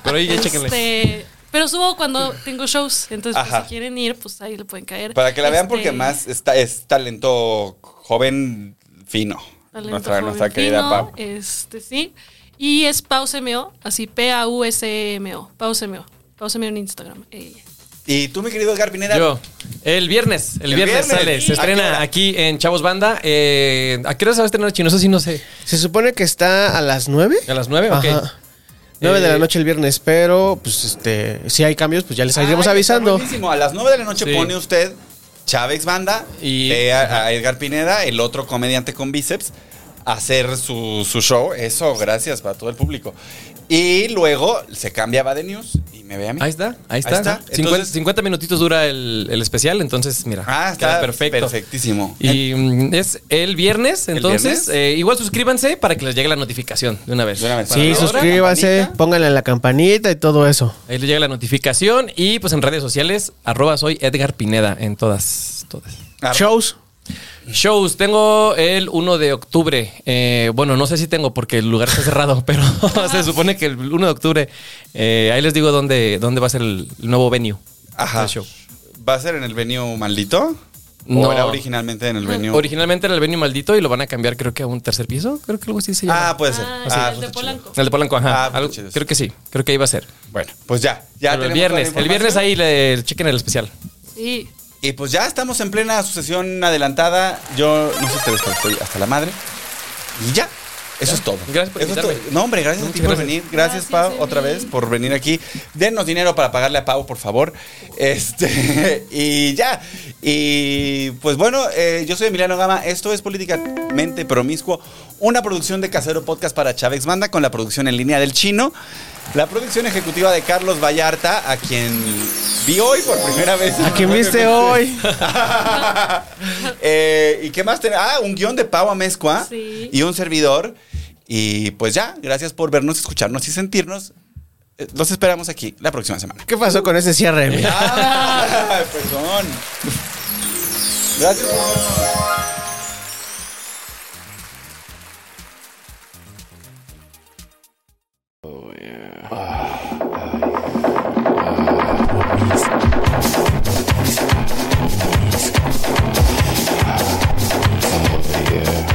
Pero ahí ya chéquenle. este, pero subo cuando tengo shows. Entonces, pues, Ajá. si quieren ir, pues ahí le pueden caer. Para que la vean, porque Este, más está, es talento joven fino. Talento nuestra Joven nuestra querida Fino, Pau. Este, sí. Y es PauseMO, así P-A-U-S-M-O. PauseMO. PauseMO en Instagram. Ey. Y tú, mi querido Edgar Pineda. Yo. El viernes, el, El viernes. viernes, sale, Sí. se ¿A qué hora? estrena aquí en Chavos Banda. Eh, ¿A qué hora se va a estrenar Chino? Eso sí no sé. se supone que está a las 9? ¿A las nueve? Ok. Ajá. 9 de Eh, la noche el viernes, pero pues este, si hay cambios, pues ya les iremos Ay, avisando. está buenísimo. A las 9 de la noche Sí. pone usted Chávez Banda Y- y a, a Edgar Pineda, el otro comediante con bíceps, a hacer su, su show. Eso, gracias para todo el público. Y luego se cambia a de News y me ve a mí. Ahí está, ahí está. 50, Entonces- 50 minutitos dura el, el especial, entonces mira, Ah, queda está perfectísimo. Y mm, es el viernes, ¿El entonces viernes? eh, igual suscríbanse para que les llegue la notificación de una vez. De una vez. Sí, Ahora, suscríbanse, campanita. pónganle a la campanita y todo eso. Ahí les llega la notificación y pues en redes sociales, arroba soy Edgar Pineda en todas, todas. Ah, Shows. Shows, tengo el 1 de octubre. Eh, bueno, no sé si tengo porque el lugar está cerrado, [laughs] pero se supone que el 1 de octubre, eh, ahí les digo dónde, dónde va a ser el, el nuevo venue. Ajá. del show. ¿Va a ser en el venue maldito? No. No. era originalmente en el venue? Originalmente era el venue maldito y lo van a cambiar, creo que a un tercer piso. Creo que algo así se llama. ah, puede ser. Ah, Ah, el pues de está chido. Polanco. El de Polanco, ajá. Ah, pues Algo- chido. creo que sí, creo que ahí va a ser. Bueno, pues ya. ya Pero tenemos toda el la viernes, el viernes información. ahí le chequen el especial. Sí. Y pues ya estamos en plena sucesión adelantada. Yo no sé ustedes, pero estoy hasta la madre. Y ya. Eso es todo. Gracias por Eso es invitarme. todo. No, hombre, gracias a ti Muchas por gracias. venir. Gracias, Gracias, Pau, Emi. otra vez por venir aquí. Denos dinero para pagarle a Pau, por favor. Este, [laughs] y ya. Y pues bueno, eh, yo soy Emiliano Gama. Esto es Políticamente Promiscuo, una producción de Casero Podcast para Chávez Banda con la producción en línea del chino. La producción ejecutiva de Carlos Vallarta, a quien vi hoy por primera vez. ¿A [laughs] quién viste hoy? Eh, ¿Y qué más tenemos? Ah, un guión de Pau Amezcua Sí. y un servidor. Y pues ya, gracias por vernos, escucharnos y sentirnos. Eh, Los esperamos aquí la próxima semana. ¿Qué pasó con ese cierre? [laughs] Emi? [laughs] Ah, perdón. Gracias.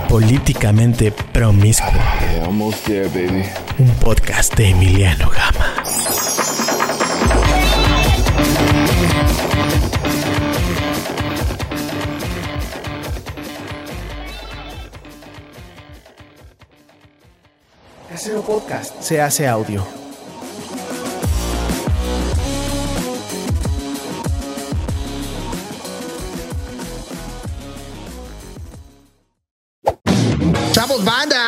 Políticamente Promiscuo, Yeah, almost there, baby. un podcast de Emiliano Gama. Casero Podcast se hace audio. ¡Chavos, banda!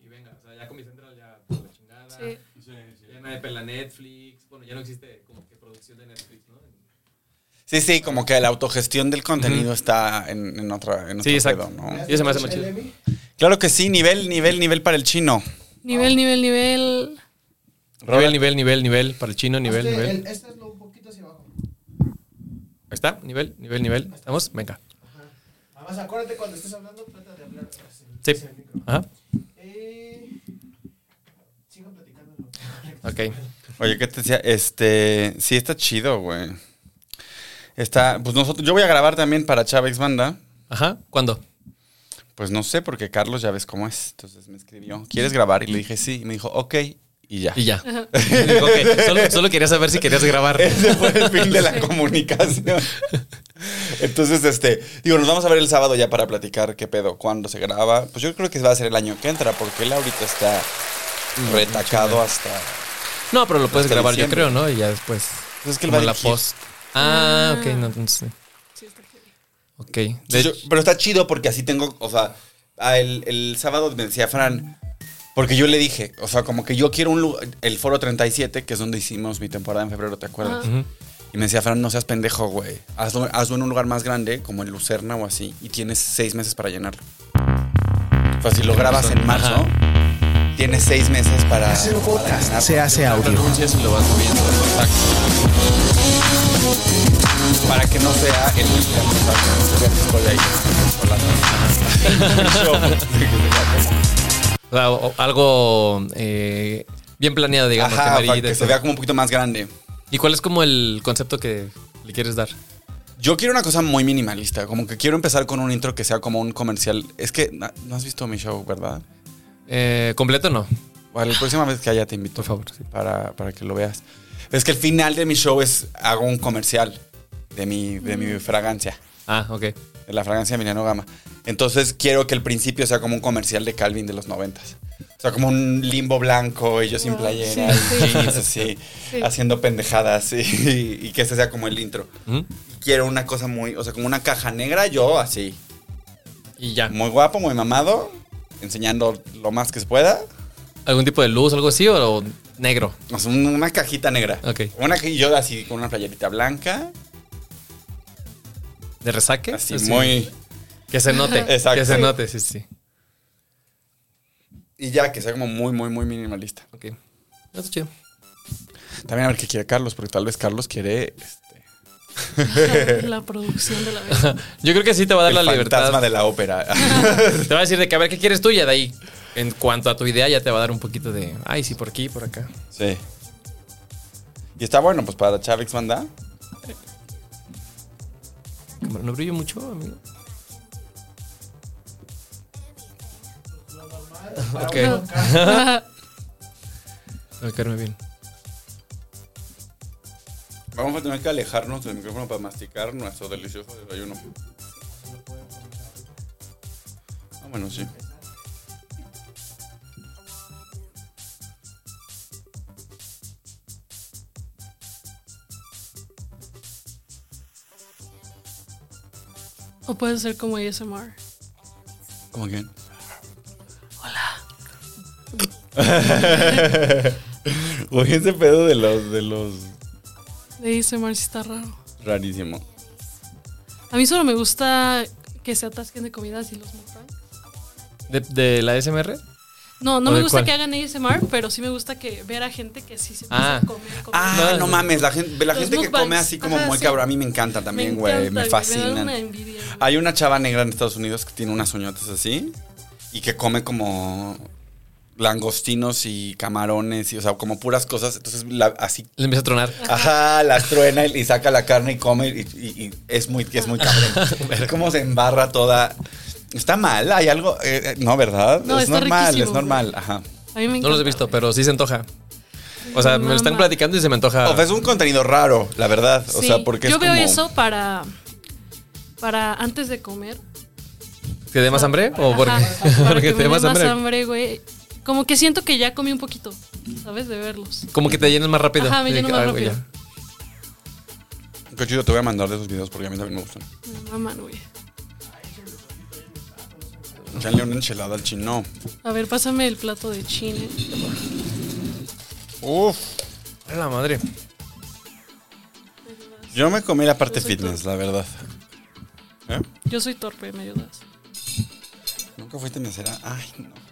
Y venga, o sea, ya con mi central ya la chingada. Sí. Ya nadie pela Netflix. Bueno, ya no existe como que producción de Netflix, ¿no? Sí, sí, como que la autogestión del contenido está en, en otra. En otro Sí, exacto. pedo, ¿no? Y eso me hace más chido. Claro que sí, nivel, nivel, nivel para el chino. Nivel, nivel, nivel. Nivel, nivel, nivel, nivel. Para el chino, nivel, nivel. Ahí Este es lo un poquito hacia abajo. está, nivel, nivel, nivel. ¿Estamos? Venga. Además, acuérdate cuando estés hablando, trata de hablar. Sí. Ajá. Eh, Sigo platicando. Ok. Oye, ¿qué te decía? Este, sí, está chido, güey. Está, pues nosotros, yo voy a grabar también para Chávez Banda. Ajá. ¿Cuándo? Pues no sé, porque Carlos ya ves cómo es. Entonces me escribió, ¿quieres grabar? Y le dije sí. Y me dijo, ok. Y ya. [laughs] Y ya. Digo, ok, Solo, solo quería saber si querías [laughs] grabar. Ese fue el fin de la comunicación. Entonces, este, digo, nos vamos a ver el sábado ya para platicar qué pedo, cuándo se graba. Pues yo creo que va a ser el año que entra, porque él ahorita está retacado hasta. No, pero lo puedes Hasta grabar, yo diciembre. creo, ¿no? Y ya después. Pues es que él como va a la dirigir. post. Ah, ok, no, entonces. Sí, está heavy. Ok. De Entonces, hecho- yo- pero está chido porque así tengo, o sea, a el, el sábado me decía Fran, porque yo le dije, o sea, como que yo quiero un lugar, el Foro 37, que es donde hicimos mi temporada en febrero, ¿te acuerdas? Y me decía Fran, no seas pendejo, güey, hazlo, hazlo en un lugar más grande, como en Lucerna o así, y tienes seis meses para llenarlo. O sea, si lo grabas en marzo, tienes seis meses para... para llenarlo. Se hace audio. Pronuncias y lo vas subiendo. Exacto. para que no sea el O sea, o- o algo eh, bien planeado, digamos. Ajá, que para merite que se esto. vea como un poquito más grande. ¿Y cuál es como el concepto que le quieres dar? Yo quiero una cosa muy minimalista, como que quiero empezar con un intro que sea como un comercial. Es que na- no has visto mi show, ¿verdad? Eh, ¿Completo o no? Bueno, la próxima vez que haya te invito, Por favor, sí. para, para que lo veas. Es que el final de mi show es, hago un comercial de mi, de mi fragancia, Ah, ok. de la fragancia Emiliano Gama. Entonces quiero que el principio sea como un comercial de Calvin de los noventas. O sea, como un limbo blanco y yo sin Wow, playera, Ah, sí, y sí. jeans así, Sí. haciendo pendejadas [laughs] y, y que ese sea como el intro. ¿Mm? Quiero una cosa muy, o sea, como una caja negra, yo así, Y ya. muy guapo, muy mamado, enseñando lo más que se pueda. ¿Algún tipo de luz, algo así o, o negro? O sea, un- una cajita negra. Ok. Una que yo así con una playerita blanca ¿De resaque? Así, muy. Que se note. [laughs] Exacto. Que se note, sí, sí. Y ya, que sea como muy, muy, muy minimalista. Ok. No, está chido. También a ver qué quiere Carlos, porque tal vez Carlos quiere. Este, La producción de la vez. Yo creo que sí te va a dar el la fantasma libertad. de la ópera. [laughs] Te va a decir de que a ver qué quieres tú y ya de ahí, en cuanto a tu idea, ya te va a dar un poquito de. Ay, sí, por aquí, por acá. sí. Y está bueno, pues para Charix Banda. Cámara, No brillo mucho, amigo. [laughs] Ok. Voy a quedarme bien. Vamos a tener que alejarnos del micrófono para masticar nuestro delicioso desayuno. Ah, bueno, sí. O puede ser como ASMR. ¿Cómo que? [laughs] Hola. Oye, ese pedo de los, de los De ASMR sí está raro. rarísimo. A mí solo me gusta que se atasquen de comidas y los montan. ¿De, de la SMR? No, ¿O no me de gusta cuál? que hagan ASMR, pero sí me gusta que ver a gente que sí se empieza Ah. a comer, comer. Ah, No. no mames, la gente, la Los gente que mukbangs. come así como Ajá, muy sí. cabrón, a mí me encanta también, güey, encanta, me, Me da fascinan. una envidia. güey. Hay una chava negra en Estados Unidos que tiene unas uñotas así y que come como langostinos y camarones y, o sea, como puras cosas. Entonces, la- así, Le empieza a tronar. ajá, las truena y, y saca la carne y come y, y- y es muy, es muy cabrón. Es como se embarra toda. Está mal, hay algo. eh, eh, no, ¿verdad? No, es está normal, es riquísimo, normal. Ajá. A mí me No los he encanta, visto, güey. pero sí se antoja. O sea, me lo están Mamá. platicando y se me antoja. O sea, es un contenido raro, la verdad. O Sí, sea, porque yo es veo como- eso para para antes de comer. ¿Te dé más hambre? ¿O Ajá, porque, [laughs] para porque que te dé me más dé hambre? güey. Como que siento que ya comí un poquito, ¿sabes? De verlos. Como que te llenas más rápido. Ajá, me Y de lleno que, más ah, güey, rápido. ya. Qué chido, te voy a mandar de esos videos porque a mí también me gustan. Me maman, güey. Echarle una enchilada al chino. A ver, pásame el plato de chile. Uf. A la madre. Yo me comí la parte fitness, la verdad. ¿Eh? Yo soy torpe, ¿me ayudas? Nunca fuiste mesera. Ay, no.